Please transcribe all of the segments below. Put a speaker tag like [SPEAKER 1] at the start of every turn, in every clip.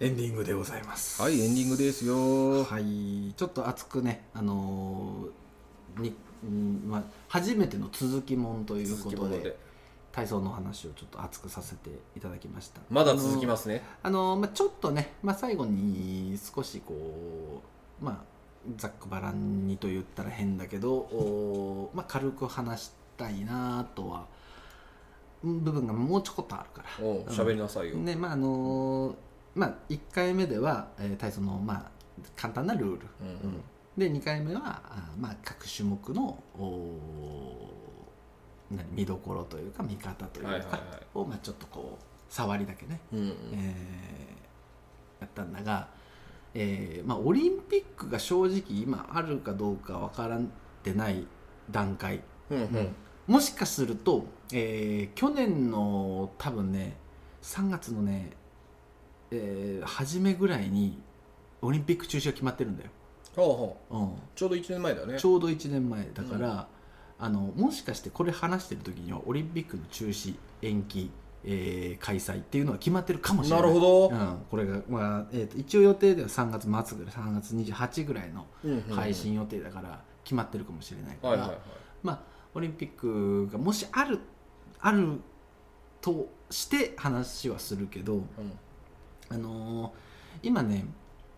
[SPEAKER 1] エンディングでございます
[SPEAKER 2] はいエンディングですよ
[SPEAKER 3] はいちょっと熱くねあのーにうんまあ、初めての続きもんということで体操の話をちょっと熱くさせていただきました
[SPEAKER 2] まだ続きますね
[SPEAKER 3] あの、まあ、ちょっとね、まあ、最後に少しこうまあざっくばらんにと言ったら変だけど、おまあ、軽く話したいなとはうん部分がもうちょこっとあるから
[SPEAKER 2] おう喋りなさいよ、
[SPEAKER 3] ねまああのーまあ、1回目では、えー体操の、まあ、簡単なルール、
[SPEAKER 2] うんうん
[SPEAKER 3] で2回目は、あーまあ、各種目のおー何見どころというか見方というか、
[SPEAKER 2] はいはいは
[SPEAKER 3] を、まあ、ちょっとこう触りだけね、
[SPEAKER 2] い、うんうん
[SPEAKER 3] えーやったんだが、えーまあ、オリンピックが正直今あるかどうかわからんでない段階
[SPEAKER 2] うんうん
[SPEAKER 3] もしかすると、えー去年の多分ね3月のね、えー初めぐらいにオリンピック中止が決まってるんだよ、
[SPEAKER 2] ほうほ
[SPEAKER 3] う
[SPEAKER 2] う
[SPEAKER 3] ん、
[SPEAKER 2] ちょうど1年前だね
[SPEAKER 3] ちょうど1年前だから、あのもしかしてこれ話してる時にはオリンピックの中止延期、えー開催っていうのは決まってるかもしれな
[SPEAKER 2] ないるほど、
[SPEAKER 3] うん、これが、まあえーと一応予定では3月末ぐらい3月28ぐらいの
[SPEAKER 2] うんうんうん
[SPEAKER 3] 配信予定だから決まってるかもしれないから、
[SPEAKER 2] はいはいはい
[SPEAKER 3] まあ、オリンピックがもしあるあるとして話はするけど、
[SPEAKER 2] うん
[SPEAKER 3] あのー今ね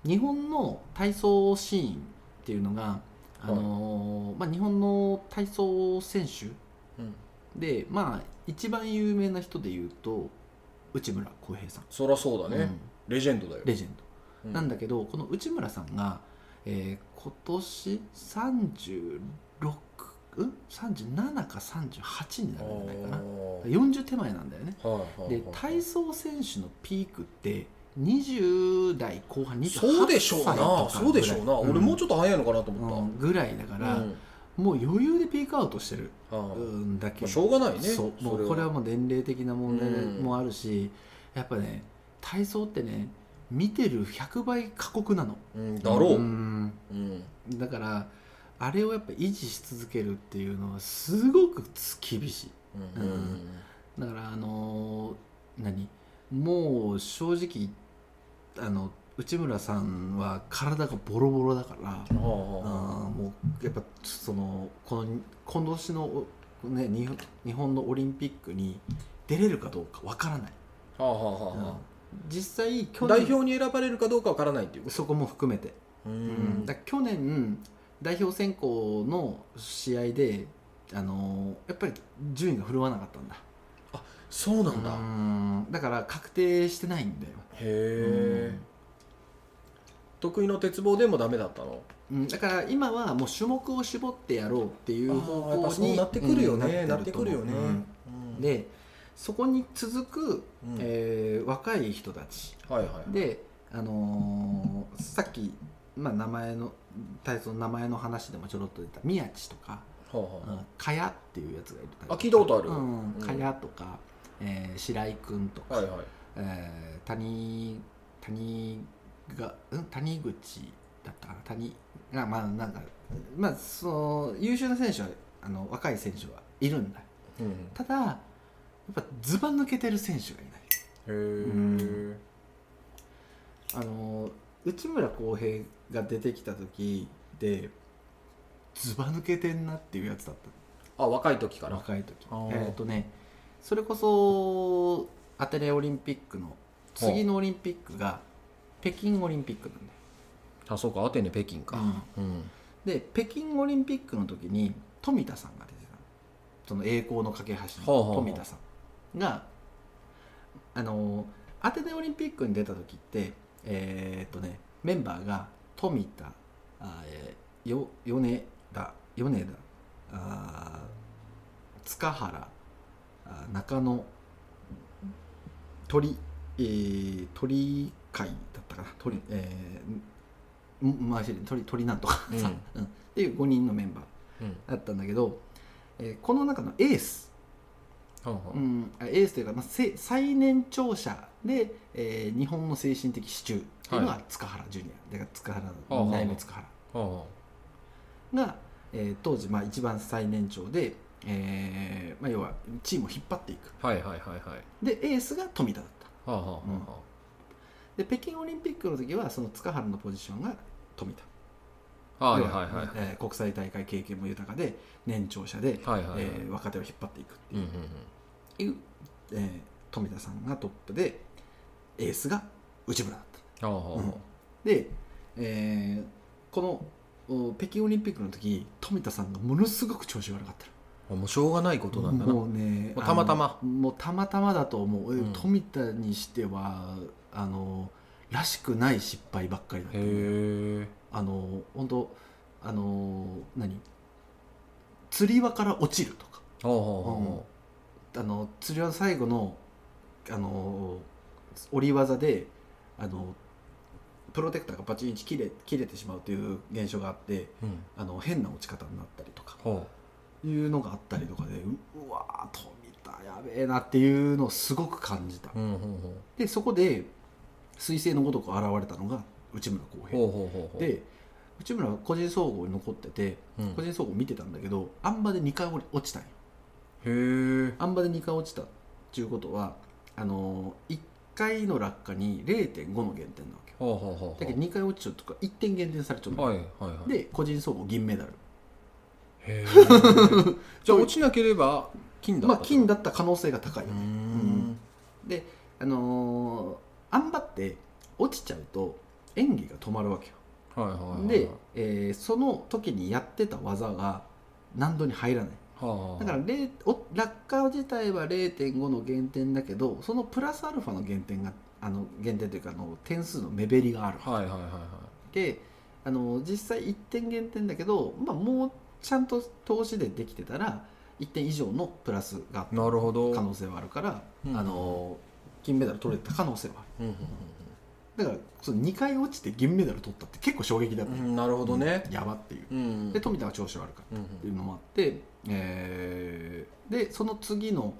[SPEAKER 3] 日本の体操シーンっていうのが、あのーまあ、日本の体操選手
[SPEAKER 2] うん
[SPEAKER 3] で、まあ、一番有名な人で言うと内村航平さん、
[SPEAKER 2] そりゃそうだね、
[SPEAKER 3] うん
[SPEAKER 2] レジェンドだよ
[SPEAKER 3] レジェンド。
[SPEAKER 2] う
[SPEAKER 3] なんだけどこの内村さんが、えー今年36ん37か38になるんじゃないかな
[SPEAKER 2] おー
[SPEAKER 3] 40手前なんだよね
[SPEAKER 2] はいはいはい
[SPEAKER 3] で体操選手のピークって20代後半28歳とか
[SPEAKER 2] そうでしょうなそうでしょうな、俺もう
[SPEAKER 3] ち
[SPEAKER 2] ちょっと早いのかなと思っ
[SPEAKER 3] ぐらいだか
[SPEAKER 2] た、
[SPEAKER 3] ら、
[SPEAKER 2] うん
[SPEAKER 3] もう余裕でピークアウトしてる
[SPEAKER 2] ああ
[SPEAKER 3] んだけ
[SPEAKER 2] ま
[SPEAKER 3] ど
[SPEAKER 2] あ、しょうがないね
[SPEAKER 3] そうもうこれはもう年齢的な問題
[SPEAKER 2] うん
[SPEAKER 3] もあるし、やっぱね体操ってね見てる100倍過酷なの
[SPEAKER 2] うんだろう、うん
[SPEAKER 3] んだからあれをやっぱ維持し続けるっていうのはすごく厳し
[SPEAKER 2] うんうんうん
[SPEAKER 3] いだからあのー何もう正直あの内村さんは体がボロボロだから
[SPEAKER 2] ああああ
[SPEAKER 3] あーもうやっぱそのこの今年の、ね、日本日本のオリンピックに出れるかどうかわからない、
[SPEAKER 2] はあはあはあは
[SPEAKER 3] うん実際
[SPEAKER 2] あ
[SPEAKER 3] 去
[SPEAKER 2] 代
[SPEAKER 3] 年
[SPEAKER 2] 表に選ばれるかどうかわからないっていうこと
[SPEAKER 3] そこも含めて
[SPEAKER 2] う
[SPEAKER 3] だから去年代表選考の試合で、あのーやっぱり順位が振るわなかったんだ
[SPEAKER 2] そうなんだ、
[SPEAKER 3] う
[SPEAKER 2] へ
[SPEAKER 3] んだから確定してないんだよ、
[SPEAKER 2] え得意の鉄棒でもダメだったの
[SPEAKER 3] うん、だから今はもう種目を絞ってやろうっていう方
[SPEAKER 2] ああやっぱ
[SPEAKER 3] 向
[SPEAKER 2] そう
[SPEAKER 3] に
[SPEAKER 2] なってくるよね、
[SPEAKER 3] うん
[SPEAKER 2] なってくるよね、
[SPEAKER 3] と思ううん
[SPEAKER 2] うん
[SPEAKER 3] でそこに続く、
[SPEAKER 2] うん
[SPEAKER 3] えー若い人たち
[SPEAKER 2] はいはい
[SPEAKER 3] で、あのーさっき、まあ、名前の体操の名前の話でもちょろっと出た宮地とか、
[SPEAKER 2] はあはあ
[SPEAKER 3] うん、かやっていうやつがいる
[SPEAKER 2] あ聞いたことある
[SPEAKER 3] うん
[SPEAKER 2] うん
[SPEAKER 3] かやとか、えー白井君とか、
[SPEAKER 2] はいはい
[SPEAKER 3] えー谷谷が、うん、谷口だったかな谷がまあなんかまあその優秀な選手はあの若い選手はいるんだ
[SPEAKER 2] うん
[SPEAKER 3] ただやっぱずば抜けてる選手がいない
[SPEAKER 2] へえ、
[SPEAKER 3] んあの内村航平が出てきた時でずば抜けてんなっていうやつだった
[SPEAKER 2] あ若い時から
[SPEAKER 3] 若い時
[SPEAKER 2] あー
[SPEAKER 3] えっ、とねそれこそアテネオリンピックの次のオリンピックが北京オリンピックなんだよ
[SPEAKER 2] あそうかアテネ北京かうん
[SPEAKER 3] で北京オリンピックの時に富田さんが出てたのその栄光の架け橋
[SPEAKER 2] ほうほうほ
[SPEAKER 3] の
[SPEAKER 2] う
[SPEAKER 3] 富田さんがあのアテネオリンピックに出た時ってえーっとねメンバーが富田あえーよ米田米田あー塚原あー中野鳥、えー、鳥会だったかな鳥えーんまあ鳥鳥なんとかさ、うんっていう5人のメンバー
[SPEAKER 2] うん
[SPEAKER 3] だったんだけど、えーこの中のエース、
[SPEAKER 2] はあは
[SPEAKER 3] う
[SPEAKER 2] あ
[SPEAKER 3] ん、あエースというか、まあ、せ最年長者で、えー日本の精神的支柱っていうの
[SPEAKER 2] は
[SPEAKER 3] が塚原ジュニアだから塚原
[SPEAKER 2] あはあ
[SPEAKER 3] 内目塚原
[SPEAKER 2] はあ
[SPEAKER 3] が、えー当時、まあ、一番最年長で、えーまあ、要はチームを引っ張っていく
[SPEAKER 2] はいはいはいはい。
[SPEAKER 3] でエースが富田だった
[SPEAKER 2] はあはあはあは
[SPEAKER 3] で北京オリンピックの時はその塚原のポジションが富田
[SPEAKER 1] はい
[SPEAKER 3] 要
[SPEAKER 1] はいはい
[SPEAKER 3] えー国際大会経験も豊かで年長者で、
[SPEAKER 1] はいはいはい
[SPEAKER 3] えー若手を引っ張っていくって
[SPEAKER 1] うんうん
[SPEAKER 3] いう、えー富田さんがトップでエースが内村だった
[SPEAKER 1] ああ
[SPEAKER 3] うんで、えーこのお北京オリンピックの時富田さんがものすごく調子悪かった
[SPEAKER 1] あもうしょうがないことなんだな
[SPEAKER 3] もうね
[SPEAKER 1] もうたまたま
[SPEAKER 3] あのもうたまたまだと思う、え
[SPEAKER 1] うん
[SPEAKER 3] 富田にしてはあのらしくない失敗ばっかりだった
[SPEAKER 1] へ
[SPEAKER 3] あの本当あの何釣り輪から落ちるとか
[SPEAKER 1] えは
[SPEAKER 3] あの釣り輪の最後のあの折り技であのプロテクターがパチンチ切れ切れてしまうという現象があって
[SPEAKER 1] あうん
[SPEAKER 3] あの変な落ち方になったりとか
[SPEAKER 1] ほ
[SPEAKER 3] いうのがあったりとかでううわー富田やべえなっていうのをすごく感じた
[SPEAKER 1] ううんほうほ
[SPEAKER 3] でそこで彗星のごとく現れたのが内村航
[SPEAKER 1] う
[SPEAKER 3] 平
[SPEAKER 1] ほうほうほうほう
[SPEAKER 3] で内村は個人総合に残ってて
[SPEAKER 1] うん
[SPEAKER 3] 個人総合見てたんだけどあん馬で2回落ちたんよ
[SPEAKER 1] へえ
[SPEAKER 3] あん馬で2回落ちたっていうことはあの1回の落下に0.5の減点なわけよ
[SPEAKER 1] ほうほうほうほう
[SPEAKER 3] だけど2回落ちちゃうとか1点減点されちゃうの、
[SPEAKER 1] はいはいはい
[SPEAKER 3] で個人総合銀メダル
[SPEAKER 1] へえ じゃあ落ちなければ金だった
[SPEAKER 3] まあ金
[SPEAKER 1] だ
[SPEAKER 3] だった可能性が高いうよ
[SPEAKER 1] ー
[SPEAKER 3] ね
[SPEAKER 1] ん
[SPEAKER 3] であのー、あん馬って落ちちゃうと演技が止まるわけよ
[SPEAKER 1] はいはいはい
[SPEAKER 3] で、えーその時にやってた技が難度に入らない
[SPEAKER 1] はあ
[SPEAKER 3] だから0お落下自体は0.5の減点だけどそのプラスアルファの減点があの減点というかあの点数の目減りがある
[SPEAKER 1] はいはいはいは
[SPEAKER 3] であの実際1点減点だけど、まあ、もうちゃんと投資でできてたら1点以上のプラスが
[SPEAKER 1] いなるほど
[SPEAKER 3] 可能性はあるから、
[SPEAKER 1] うん
[SPEAKER 3] あの金メダル取れた可能性はあ
[SPEAKER 1] うんうん
[SPEAKER 3] るだからその2回落ちて銀メダル取ったって結構衝撃だっ
[SPEAKER 1] う
[SPEAKER 3] た、
[SPEAKER 1] んうんなるほどね
[SPEAKER 3] やばっていう
[SPEAKER 1] うん
[SPEAKER 3] で富田は調子悪かった
[SPEAKER 1] うん
[SPEAKER 3] っていうのもあって、えーでその次の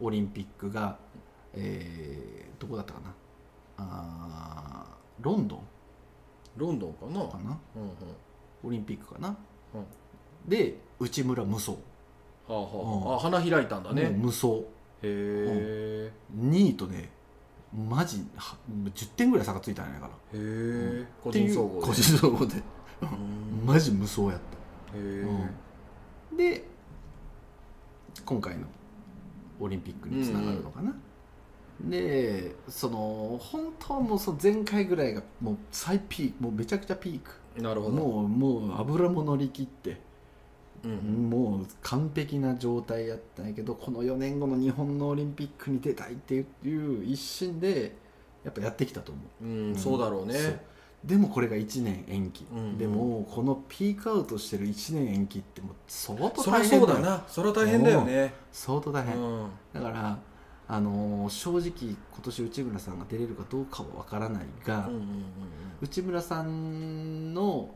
[SPEAKER 3] オリンピックが、えーどこだったかなあーロンドン
[SPEAKER 2] ロンドンかな
[SPEAKER 3] か
[SPEAKER 1] う
[SPEAKER 3] な
[SPEAKER 1] んうん
[SPEAKER 3] オリンピックかな、
[SPEAKER 1] うん
[SPEAKER 3] で内村無双、
[SPEAKER 2] はあはあ、あ花開いたんだね、へ
[SPEAKER 3] もう無双
[SPEAKER 2] え、
[SPEAKER 3] 2位とねマジは10点ぐらい差がついたんやから
[SPEAKER 2] へえ個人総
[SPEAKER 3] で
[SPEAKER 2] 合で
[SPEAKER 3] 個人総合で
[SPEAKER 2] うん
[SPEAKER 3] マジ無双やった
[SPEAKER 2] へえ、
[SPEAKER 3] うんで今回のオリンピックにつながるのかな、でその本当はもうその前回ぐらいがもう最ピークもうめちゃくちゃピーク
[SPEAKER 2] なるほど
[SPEAKER 3] もうもう油も乗り切って、
[SPEAKER 1] うん
[SPEAKER 3] もう完璧な状態やったんやけどこの4年後の日本のオリンピックに出たいっていう一心でやっぱやってきたと思う
[SPEAKER 2] うん、そうだろうね
[SPEAKER 3] そうでもこれが1年延期、
[SPEAKER 1] うんうん
[SPEAKER 3] でもこのピークアウトしてる1年延期ってもう相当
[SPEAKER 2] そりゃ
[SPEAKER 3] 大
[SPEAKER 2] そ
[SPEAKER 3] 変
[SPEAKER 2] う
[SPEAKER 3] だ
[SPEAKER 2] だ
[SPEAKER 3] よ
[SPEAKER 2] なそりゃ大変だよね
[SPEAKER 3] 相当大
[SPEAKER 2] う
[SPEAKER 3] 変、
[SPEAKER 2] ん
[SPEAKER 3] だから、あのー正直今年内村さんが出れるかどうかはわからないが、
[SPEAKER 2] うんうん
[SPEAKER 3] 内村さんの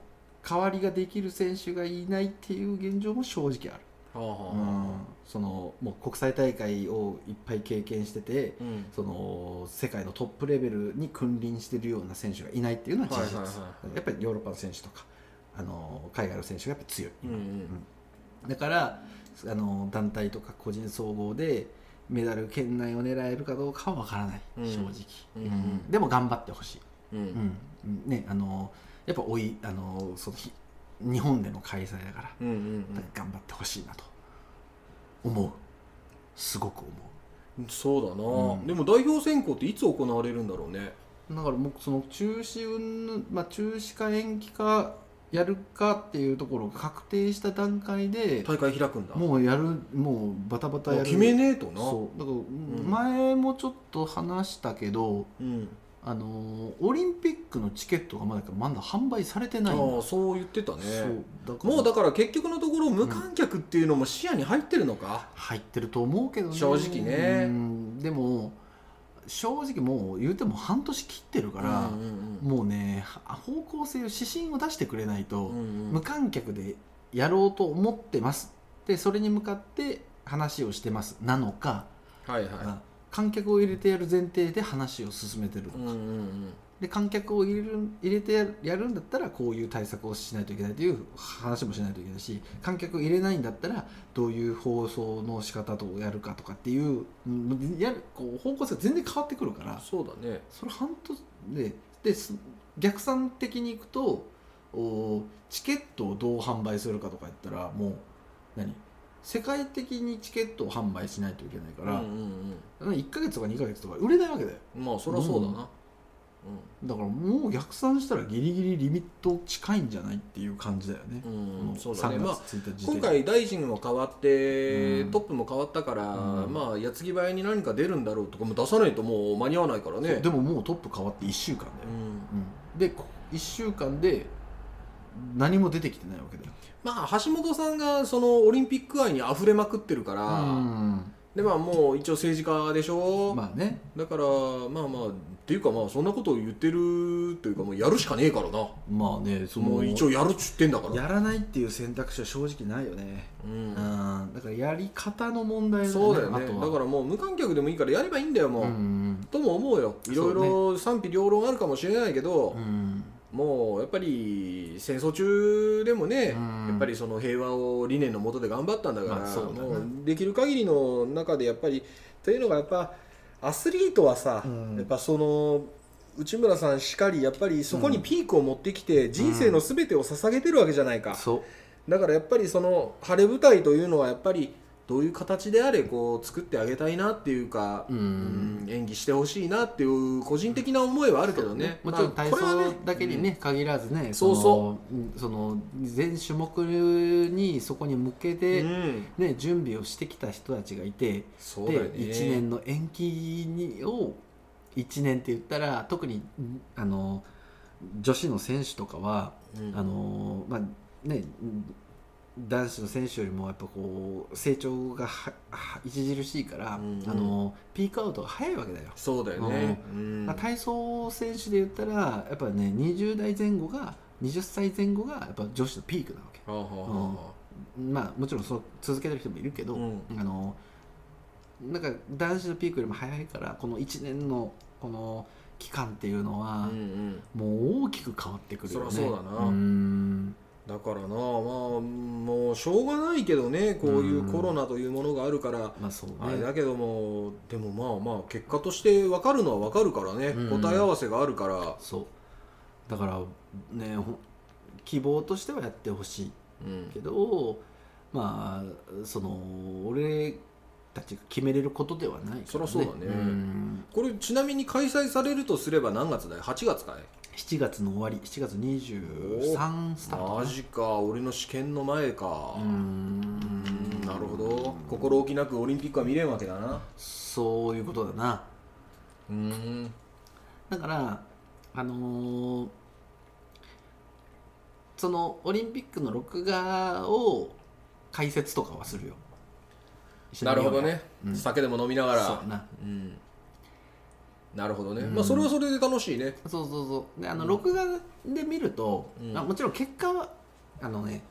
[SPEAKER 3] 代わりができる選手がいないっていう現状も正直ある、
[SPEAKER 2] うんはあは
[SPEAKER 3] うんそのもう国際大会をいっぱい経験してて
[SPEAKER 2] あうん
[SPEAKER 3] その世界のトップレベルに君臨してるような選手がいないっていうのは事実、
[SPEAKER 2] はいはいは
[SPEAKER 3] やっぱりヨーロッパの選手とか、あのー海外の選手がやっぱ強い、
[SPEAKER 2] うんうん
[SPEAKER 3] だからあの団体とか個人総合でメダル圏内を狙えるかどうかは分からない、
[SPEAKER 2] うん
[SPEAKER 3] 正直、
[SPEAKER 2] うん
[SPEAKER 3] でも頑張ってほしい、
[SPEAKER 2] う
[SPEAKER 3] うんんね、あのやっぱおいあのその日日本での開催だから、
[SPEAKER 2] うんうん
[SPEAKER 3] 頑張ってほしいなと思うすごく思
[SPEAKER 2] うんそうだな、
[SPEAKER 3] うん
[SPEAKER 2] でも代表選考っていつ行われるんだろうね
[SPEAKER 3] うだからもうその中止云々まあ、中止か延期かやるかっていうところが確定した段階で
[SPEAKER 2] 大会開くんだも
[SPEAKER 3] もうやるもうバタバタ
[SPEAKER 2] う
[SPEAKER 3] やる
[SPEAKER 2] 決めねえとな
[SPEAKER 3] そうだから
[SPEAKER 2] ん
[SPEAKER 3] 前もちょっと話したけど、
[SPEAKER 2] うん、
[SPEAKER 3] あのーオリンピックのチケットがまだまだ販売されてないんだ
[SPEAKER 2] ああそう言ってたね
[SPEAKER 3] そうだから
[SPEAKER 2] もうだから結局のところ無観客っていうのも視野に入ってるのか、
[SPEAKER 3] 入ってると思うけどね
[SPEAKER 2] 正直ね
[SPEAKER 3] うんでも正直もう言うても半年切ってるから、
[SPEAKER 2] うんうん
[SPEAKER 3] もうね方向性を指針を出してくれないと、
[SPEAKER 2] うんうん
[SPEAKER 3] 無観客でやろうと思ってますでそれに向かって話をしてますなのか、
[SPEAKER 2] はいは
[SPEAKER 3] 観客を入れてやる前提で話を進めてるの
[SPEAKER 2] い、うんうんうん、
[SPEAKER 3] で観客を入れる入れてやるんだったらこういう対策をしないといけないという話もしないといけないし観客を入れないんだったらどういう放送の仕方とやるかとかっていううんやるこう方向性が全然変わってくるから
[SPEAKER 2] そうだね
[SPEAKER 3] それ半年でです逆算的にいくとおチケットをどう販売するかとかやったらもう何世界的にチケットを販売しないといけないか
[SPEAKER 2] う
[SPEAKER 3] ら、
[SPEAKER 2] んうん
[SPEAKER 3] 1ヶ月とか2ヶ月とか売れないわけだよ
[SPEAKER 2] うんまあそりゃそうだな、
[SPEAKER 3] だからもう逆算したらギリギリリミット近いんじゃないっていう感じだよね、
[SPEAKER 2] う
[SPEAKER 3] こ
[SPEAKER 2] んうん
[SPEAKER 3] の
[SPEAKER 2] そうだね
[SPEAKER 3] 3
[SPEAKER 2] まあ
[SPEAKER 3] 月1日時点
[SPEAKER 2] 今回大臣も変わって、
[SPEAKER 3] うん
[SPEAKER 2] トップも変わったから、
[SPEAKER 3] うん
[SPEAKER 2] まあ矢継ぎ早に何か出るんだろうとかもう出さないともう間に合わないから
[SPEAKER 3] そう
[SPEAKER 2] ね
[SPEAKER 3] でももうトップ変わって1週間だよ、
[SPEAKER 2] うん
[SPEAKER 3] うんでこ1週間で何も出てきてないわけだよ
[SPEAKER 2] まあ橋本さんがそのオリンピック愛に溢れまくってるから、
[SPEAKER 3] うん
[SPEAKER 2] でまあもう一応政治家でしょ、
[SPEAKER 3] まあね
[SPEAKER 2] だからまあまあっていうかまあそんなことを言ってるというかもうやるしかねえからな
[SPEAKER 3] まあねそ
[SPEAKER 2] も
[SPEAKER 3] の
[SPEAKER 2] う一
[SPEAKER 3] 一応
[SPEAKER 2] 応やるっつってんだから、
[SPEAKER 3] やらないっていう選択肢は正直ないよね、
[SPEAKER 2] う
[SPEAKER 3] うんん、だからやり方の問題
[SPEAKER 2] そうだよね
[SPEAKER 3] あとは
[SPEAKER 2] だからもう無観客でもいいからやればいいんだよもう、
[SPEAKER 3] うん
[SPEAKER 2] とも思うよいろいろ賛否両論あるかもしれないけど、
[SPEAKER 3] うん
[SPEAKER 2] もうやっぱり戦争中でもね、
[SPEAKER 3] うん
[SPEAKER 2] やっぱりその平和を理念のもとで頑張ったんだから、
[SPEAKER 3] まあそうだね
[SPEAKER 2] もうできる限りの中でやっぱりというのがやっぱアスリートはさ、
[SPEAKER 3] うん
[SPEAKER 2] やっぱその内村さんしかりやっぱりそこにピークを持ってきて人生のすべてを捧げてるわけじゃないか、
[SPEAKER 3] そう
[SPEAKER 2] だからやっぱりその晴れ舞台というのはやっぱりどういう形であれこう作ってあげたいなっていうか、
[SPEAKER 3] うん
[SPEAKER 2] うん演技してほしいなっていう個人的な思いはあるけどね。
[SPEAKER 3] もちろん
[SPEAKER 2] ま
[SPEAKER 3] 体
[SPEAKER 2] あこれは
[SPEAKER 3] 操
[SPEAKER 2] ね
[SPEAKER 3] だけにね限らずね
[SPEAKER 2] そうそ
[SPEAKER 3] のその全種目にそこに向け
[SPEAKER 2] うん
[SPEAKER 3] て、
[SPEAKER 2] うん
[SPEAKER 3] ね、準備をしてきた人たちがいて
[SPEAKER 2] そうだよ
[SPEAKER 3] で
[SPEAKER 2] ね
[SPEAKER 3] 1年の延期にを1年って言ったら特にんあの女子の選手とかは、
[SPEAKER 2] うん
[SPEAKER 3] あのまあね男子の選手よりもやっぱこう成長がはは著しいから、
[SPEAKER 2] うん
[SPEAKER 3] あのピークアウトが早いわけだよ。
[SPEAKER 2] そうだよね、うん
[SPEAKER 3] まあ体操選手で言ったらやっぱね20代前後が20歳前後がやっぱ女子のピークなわけ
[SPEAKER 2] はあはあは
[SPEAKER 3] まあもちろんそう続けてる人もいるけど、
[SPEAKER 2] うん
[SPEAKER 3] あのなんか男子のピークよりも早いからこの1年のこの期間っていうの
[SPEAKER 2] あ
[SPEAKER 3] は
[SPEAKER 2] うん、うん
[SPEAKER 3] もう大きく変わってくるよね
[SPEAKER 2] そりゃそうだな
[SPEAKER 3] うん
[SPEAKER 2] だからなまあもうしょうがないけどねこういうコロナというものがあるから、
[SPEAKER 3] まあそうね
[SPEAKER 2] あれだけどもでもまあまあ結果として分かるのは分かるからね、
[SPEAKER 3] うん
[SPEAKER 2] 答え合わせがあるから、
[SPEAKER 3] そうだからねほん希望としてはやってほしい
[SPEAKER 2] うん
[SPEAKER 3] けどまあその俺たちが決めれることではないから、ね、
[SPEAKER 2] そりゃそうだね
[SPEAKER 3] ん
[SPEAKER 2] これちなみに開催されるとすれば何月だい8月かい
[SPEAKER 3] 7月の終わり7月23スタート
[SPEAKER 2] マジか俺の試験の前か
[SPEAKER 3] うー、ん
[SPEAKER 2] なるほど心置きなくオリンピックは見れんわけだな
[SPEAKER 3] そういうことだな
[SPEAKER 2] うん
[SPEAKER 3] だからあのーそのオリンピックの録画を解説とかはするよ一緒に見
[SPEAKER 2] なる
[SPEAKER 3] よ
[SPEAKER 2] ほ
[SPEAKER 3] う
[SPEAKER 2] どね、
[SPEAKER 3] うん
[SPEAKER 2] 酒でも飲みながら
[SPEAKER 3] そうな
[SPEAKER 2] うん、なるほどね、
[SPEAKER 3] うん
[SPEAKER 2] まあそれはそれで楽しいね
[SPEAKER 3] そうそうそうであの録画で見ると、
[SPEAKER 2] うん
[SPEAKER 3] あもちろん結果はあのね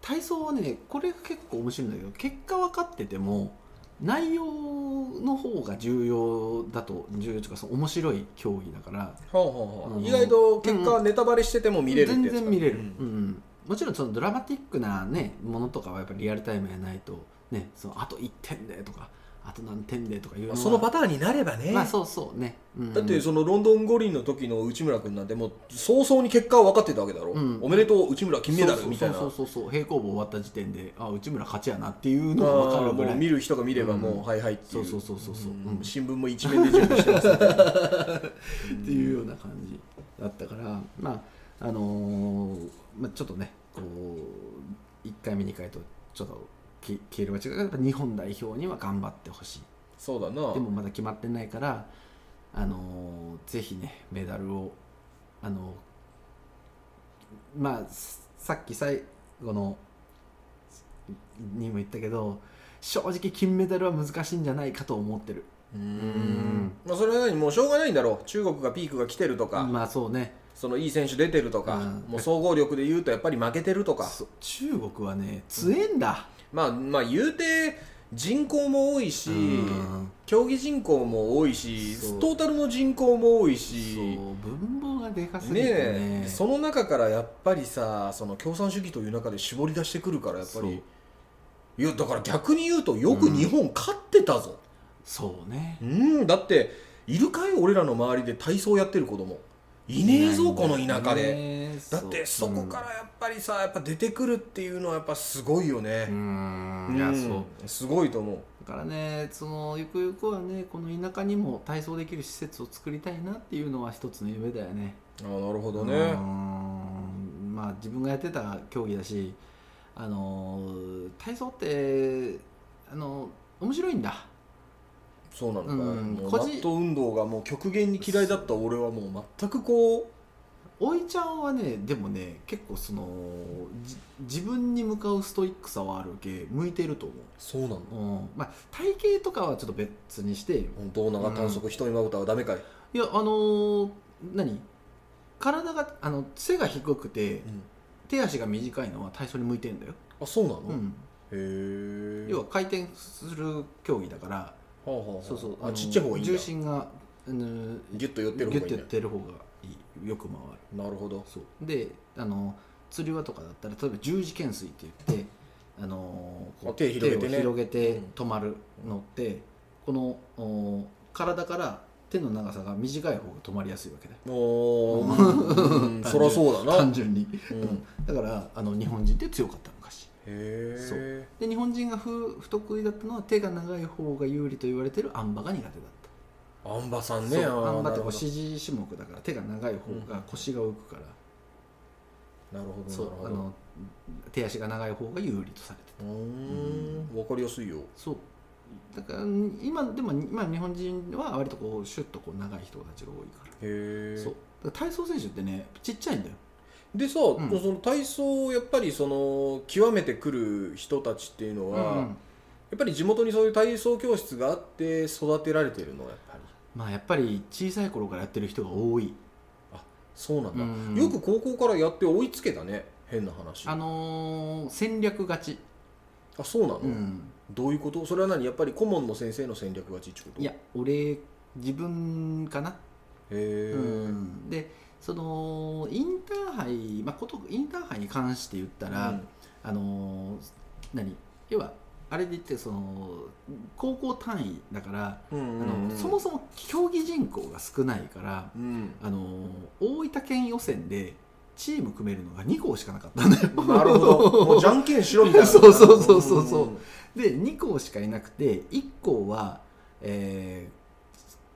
[SPEAKER 3] 体操はねこれが結構面白いんだけど結果分かってても内容の方が重要だと重要というかその面白い競技だから
[SPEAKER 2] はあはあは
[SPEAKER 3] うん
[SPEAKER 2] あ、意外と結果ネタバレしてても見れるってやつ
[SPEAKER 3] 全
[SPEAKER 2] か
[SPEAKER 3] 然見れる、
[SPEAKER 2] う
[SPEAKER 3] うん
[SPEAKER 2] ん
[SPEAKER 3] もちろんそのドラマティックな、ね、ものとかはやっぱりリアルタイムやないと、ね、そのあと1点でとかあと何点でとかいうの
[SPEAKER 2] ま
[SPEAKER 3] は
[SPEAKER 2] あそのパターンになればね、
[SPEAKER 3] まあそうそうね、うん
[SPEAKER 2] だってそのロンドン五輪の時の内村君なんてもう早々に結果は分かってたわけだろ、
[SPEAKER 3] うん
[SPEAKER 2] おめでとう内村金メダルみたいな
[SPEAKER 3] そうそうそうそうそう平行棒終わった時点であ内村勝ちやなっていうの
[SPEAKER 2] ま
[SPEAKER 3] が分
[SPEAKER 2] あ
[SPEAKER 3] かるぐ
[SPEAKER 2] も
[SPEAKER 3] ら
[SPEAKER 2] う
[SPEAKER 3] い
[SPEAKER 2] 見る人が見ればもう、
[SPEAKER 3] うん
[SPEAKER 2] はいはいっていう
[SPEAKER 3] そうそうそうそうそうんうん
[SPEAKER 2] 新聞も一面で準備してます みたいな
[SPEAKER 3] っていうような感じだったからまああのーまあ、ちょっとねこう1回目2回とちょっとき黄色が違うやっぱ日本代表には頑張ってほしい
[SPEAKER 2] そうだな
[SPEAKER 3] でもまだ決まってないからあのーぜひねメダルをあのーまあすさっき最後のにも言ったけど正直金メダルは難しいんじゃないかと思ってる
[SPEAKER 2] うー
[SPEAKER 3] ん
[SPEAKER 2] んまあそれは何もうしょうがないんだろう中国がピークが来てるとか、
[SPEAKER 3] まあそうね
[SPEAKER 2] そのいい選手出てるとか、
[SPEAKER 3] うん
[SPEAKER 2] もう総合力で言うとやっぱり負けてるとか、
[SPEAKER 3] そう中国はね強えんだ、
[SPEAKER 2] まあまあ言うて人口も多いし、
[SPEAKER 3] うん
[SPEAKER 2] 競技人口も多いし
[SPEAKER 3] そう
[SPEAKER 2] トータルの人口も多い
[SPEAKER 3] そう
[SPEAKER 2] し
[SPEAKER 3] 文法ががでかすぎてね
[SPEAKER 2] ねえその中からやっぱりさその共産主義という中で絞り出してくるからやっぱりいやだから逆に言うとよく日本勝ってたぞ、
[SPEAKER 3] そうね
[SPEAKER 2] うん、だっているかい俺らの周りで体操やってる子供いねえぞこの田舎で
[SPEAKER 3] ね
[SPEAKER 2] だってそこからやっぱりさやっぱ出てくるっていうのはやっぱすごいよ
[SPEAKER 3] う
[SPEAKER 2] ね、
[SPEAKER 3] ん
[SPEAKER 2] う、
[SPEAKER 3] うんんいやそう
[SPEAKER 2] すごいと思う
[SPEAKER 3] だからねそのゆくゆくはねこの田舎にも体操できる施設を作りたいなっていうのは一つの夢だよね
[SPEAKER 2] ああなるほど
[SPEAKER 3] うー
[SPEAKER 2] ね
[SPEAKER 3] んまあ自分がやってた競技だしあのー体操ってあの面白いんだ
[SPEAKER 2] そうなのか、
[SPEAKER 3] うん
[SPEAKER 2] もう
[SPEAKER 3] 個
[SPEAKER 2] マ
[SPEAKER 3] 人
[SPEAKER 2] ット運動がもう極限に嫌いだった俺はもう全くこう
[SPEAKER 3] おいちゃんはねでもね結構そのじ自分に向かうストイックさはあるけ向いてると思
[SPEAKER 2] そうなの
[SPEAKER 3] う、うんまあ、体型とかはちょっと別にして
[SPEAKER 2] 胴長短足一人まぶたはダメかい、
[SPEAKER 3] いやあのー何体があの背が低くて手足が短いのは体操に向いてんだよ、
[SPEAKER 2] あそうなの、
[SPEAKER 3] う
[SPEAKER 2] へ
[SPEAKER 3] ん、
[SPEAKER 2] え
[SPEAKER 3] 要は回転する競技だから
[SPEAKER 2] はあはあはあ
[SPEAKER 3] そうそう
[SPEAKER 2] あ
[SPEAKER 3] の
[SPEAKER 2] ちっちゃい方がいいんだ
[SPEAKER 3] 重心があの
[SPEAKER 2] ギュッと寄って
[SPEAKER 3] ギュ
[SPEAKER 2] る
[SPEAKER 3] ッと
[SPEAKER 2] 方がい
[SPEAKER 3] や
[SPEAKER 2] いん
[SPEAKER 3] っ
[SPEAKER 2] だ
[SPEAKER 3] てる方がいいよく回る
[SPEAKER 2] なるほど
[SPEAKER 3] そうであの釣り輪とかだったら例えば十字懸垂って言ってあのこう
[SPEAKER 2] あ手広げてね
[SPEAKER 3] 手を広げて
[SPEAKER 2] うん
[SPEAKER 3] 止まるのって、このお体から手の長さが短い方が止まりやすいわけだよ
[SPEAKER 2] お
[SPEAKER 3] う
[SPEAKER 2] ーうんそらそうだな、
[SPEAKER 3] 単純に、
[SPEAKER 2] うん
[SPEAKER 3] だからあの日本人って強かった昔
[SPEAKER 2] へ
[SPEAKER 3] そ
[SPEAKER 2] え
[SPEAKER 3] で日本人が不不得意だったのは手が長い方が有利と言われてるあん馬が苦手だった
[SPEAKER 2] あんばさん
[SPEAKER 3] そ
[SPEAKER 2] ね
[SPEAKER 3] うあん馬って
[SPEAKER 2] なる
[SPEAKER 3] こ
[SPEAKER 2] ほ
[SPEAKER 3] う
[SPEAKER 2] ど
[SPEAKER 3] 支持種目だから手が長い方が腰が浮くから、
[SPEAKER 2] なるほど
[SPEAKER 3] そうあ
[SPEAKER 2] なるほど
[SPEAKER 3] の手足が長い方が有利とされてた
[SPEAKER 2] うーんわかりやすいよ
[SPEAKER 3] そうだから今でも今日本人は割とこうシュッとこう長い人たちが多いから、
[SPEAKER 2] へえ
[SPEAKER 3] そうだから体操選手ってねちっちゃいんだよ
[SPEAKER 2] でさ、
[SPEAKER 3] ん
[SPEAKER 2] その体操をやっぱりその極めてくる人たちっていうのは、
[SPEAKER 3] う
[SPEAKER 2] や
[SPEAKER 3] ん
[SPEAKER 2] っぱり地元にそういう体操教室があって育てられてるのやっぱり
[SPEAKER 3] まあやっぱり小さい頃からやってる人が多い
[SPEAKER 2] そうなんだ、
[SPEAKER 3] うん
[SPEAKER 2] よく高校からやって追いつけたね変な話
[SPEAKER 3] あのー戦略勝ち、
[SPEAKER 2] あそうなの、
[SPEAKER 3] うん、
[SPEAKER 2] どういうことそれは何やっぱり顧問の先生の戦略勝ちってこと
[SPEAKER 3] いや俺自分かな
[SPEAKER 2] へえ、
[SPEAKER 3] うんでそのインターハイ、まあ、ことインターハイに関して言ったら、
[SPEAKER 2] うん
[SPEAKER 3] あのー何要はあれで言ってその高校単位だから、
[SPEAKER 2] うん
[SPEAKER 3] あのそもそも競技人口が少ないから、
[SPEAKER 2] うん
[SPEAKER 3] あのー大分県予選でチーム組めるのが2校しかなかったんだよ。
[SPEAKER 2] なるほど もうじゃんけんしろみたいな
[SPEAKER 3] そうそうそうそうそう
[SPEAKER 2] うん
[SPEAKER 3] で2校しかいなくて1校は、えー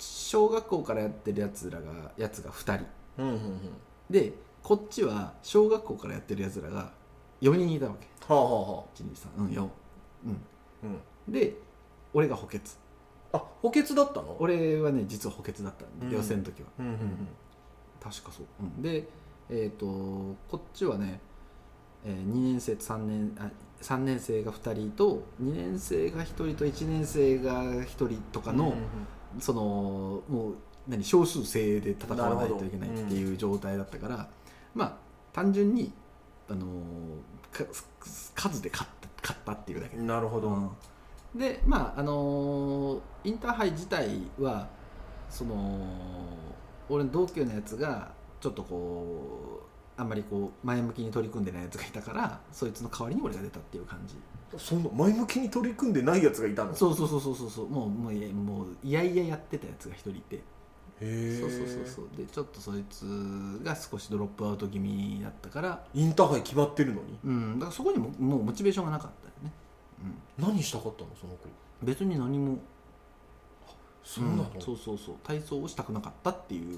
[SPEAKER 3] 小学校からやってるやつらがやつが2人
[SPEAKER 2] うんうんうん
[SPEAKER 3] でこっちは小学校からやってるやつらが4人いたわけ
[SPEAKER 2] はあはあはあ
[SPEAKER 3] 123うん4
[SPEAKER 2] うん
[SPEAKER 3] で俺が補欠
[SPEAKER 2] あ補欠だったの
[SPEAKER 3] 俺はね実は補欠だったんで、
[SPEAKER 2] うん
[SPEAKER 3] 予選の時は
[SPEAKER 2] うんうんうん
[SPEAKER 3] 確かそう、うんでえっ、とこっちはね、え2年生と3年あ3年生が2人と2年生が1人と1年生が1人とかの、
[SPEAKER 2] うんうん
[SPEAKER 3] そのもう何少数精鋭で戦わ
[SPEAKER 2] な
[SPEAKER 3] な
[SPEAKER 2] る
[SPEAKER 3] い
[SPEAKER 2] ほど
[SPEAKER 3] といけないっていう状態だったから、まあ単純に、あのーか数で勝った勝ったっていうだけ
[SPEAKER 2] うんなるほど、
[SPEAKER 3] うんでまああのーインターハイ自体はその俺の同級のやつがちょっとこうあんまりこう前向きに取り組んでないやつがいたからそいつの代わりに俺が出たっていう感じ
[SPEAKER 2] そんな前向きに取り組んでないやつがいたの
[SPEAKER 3] そうそうそうそうそうそうもうもういやもういやいややってたやつが一人いて
[SPEAKER 2] へえ
[SPEAKER 3] そうそうそうそうでちょっとそいつが少しドロップアウト気味だったから
[SPEAKER 2] インターハイ決まってるのに
[SPEAKER 3] うんだからそこにももうモチベーションがなかったよね、う
[SPEAKER 2] 何したかったのその子
[SPEAKER 3] ん、別に何も
[SPEAKER 2] そうなの、
[SPEAKER 3] んそうそうそう体操をしたくなかったっていう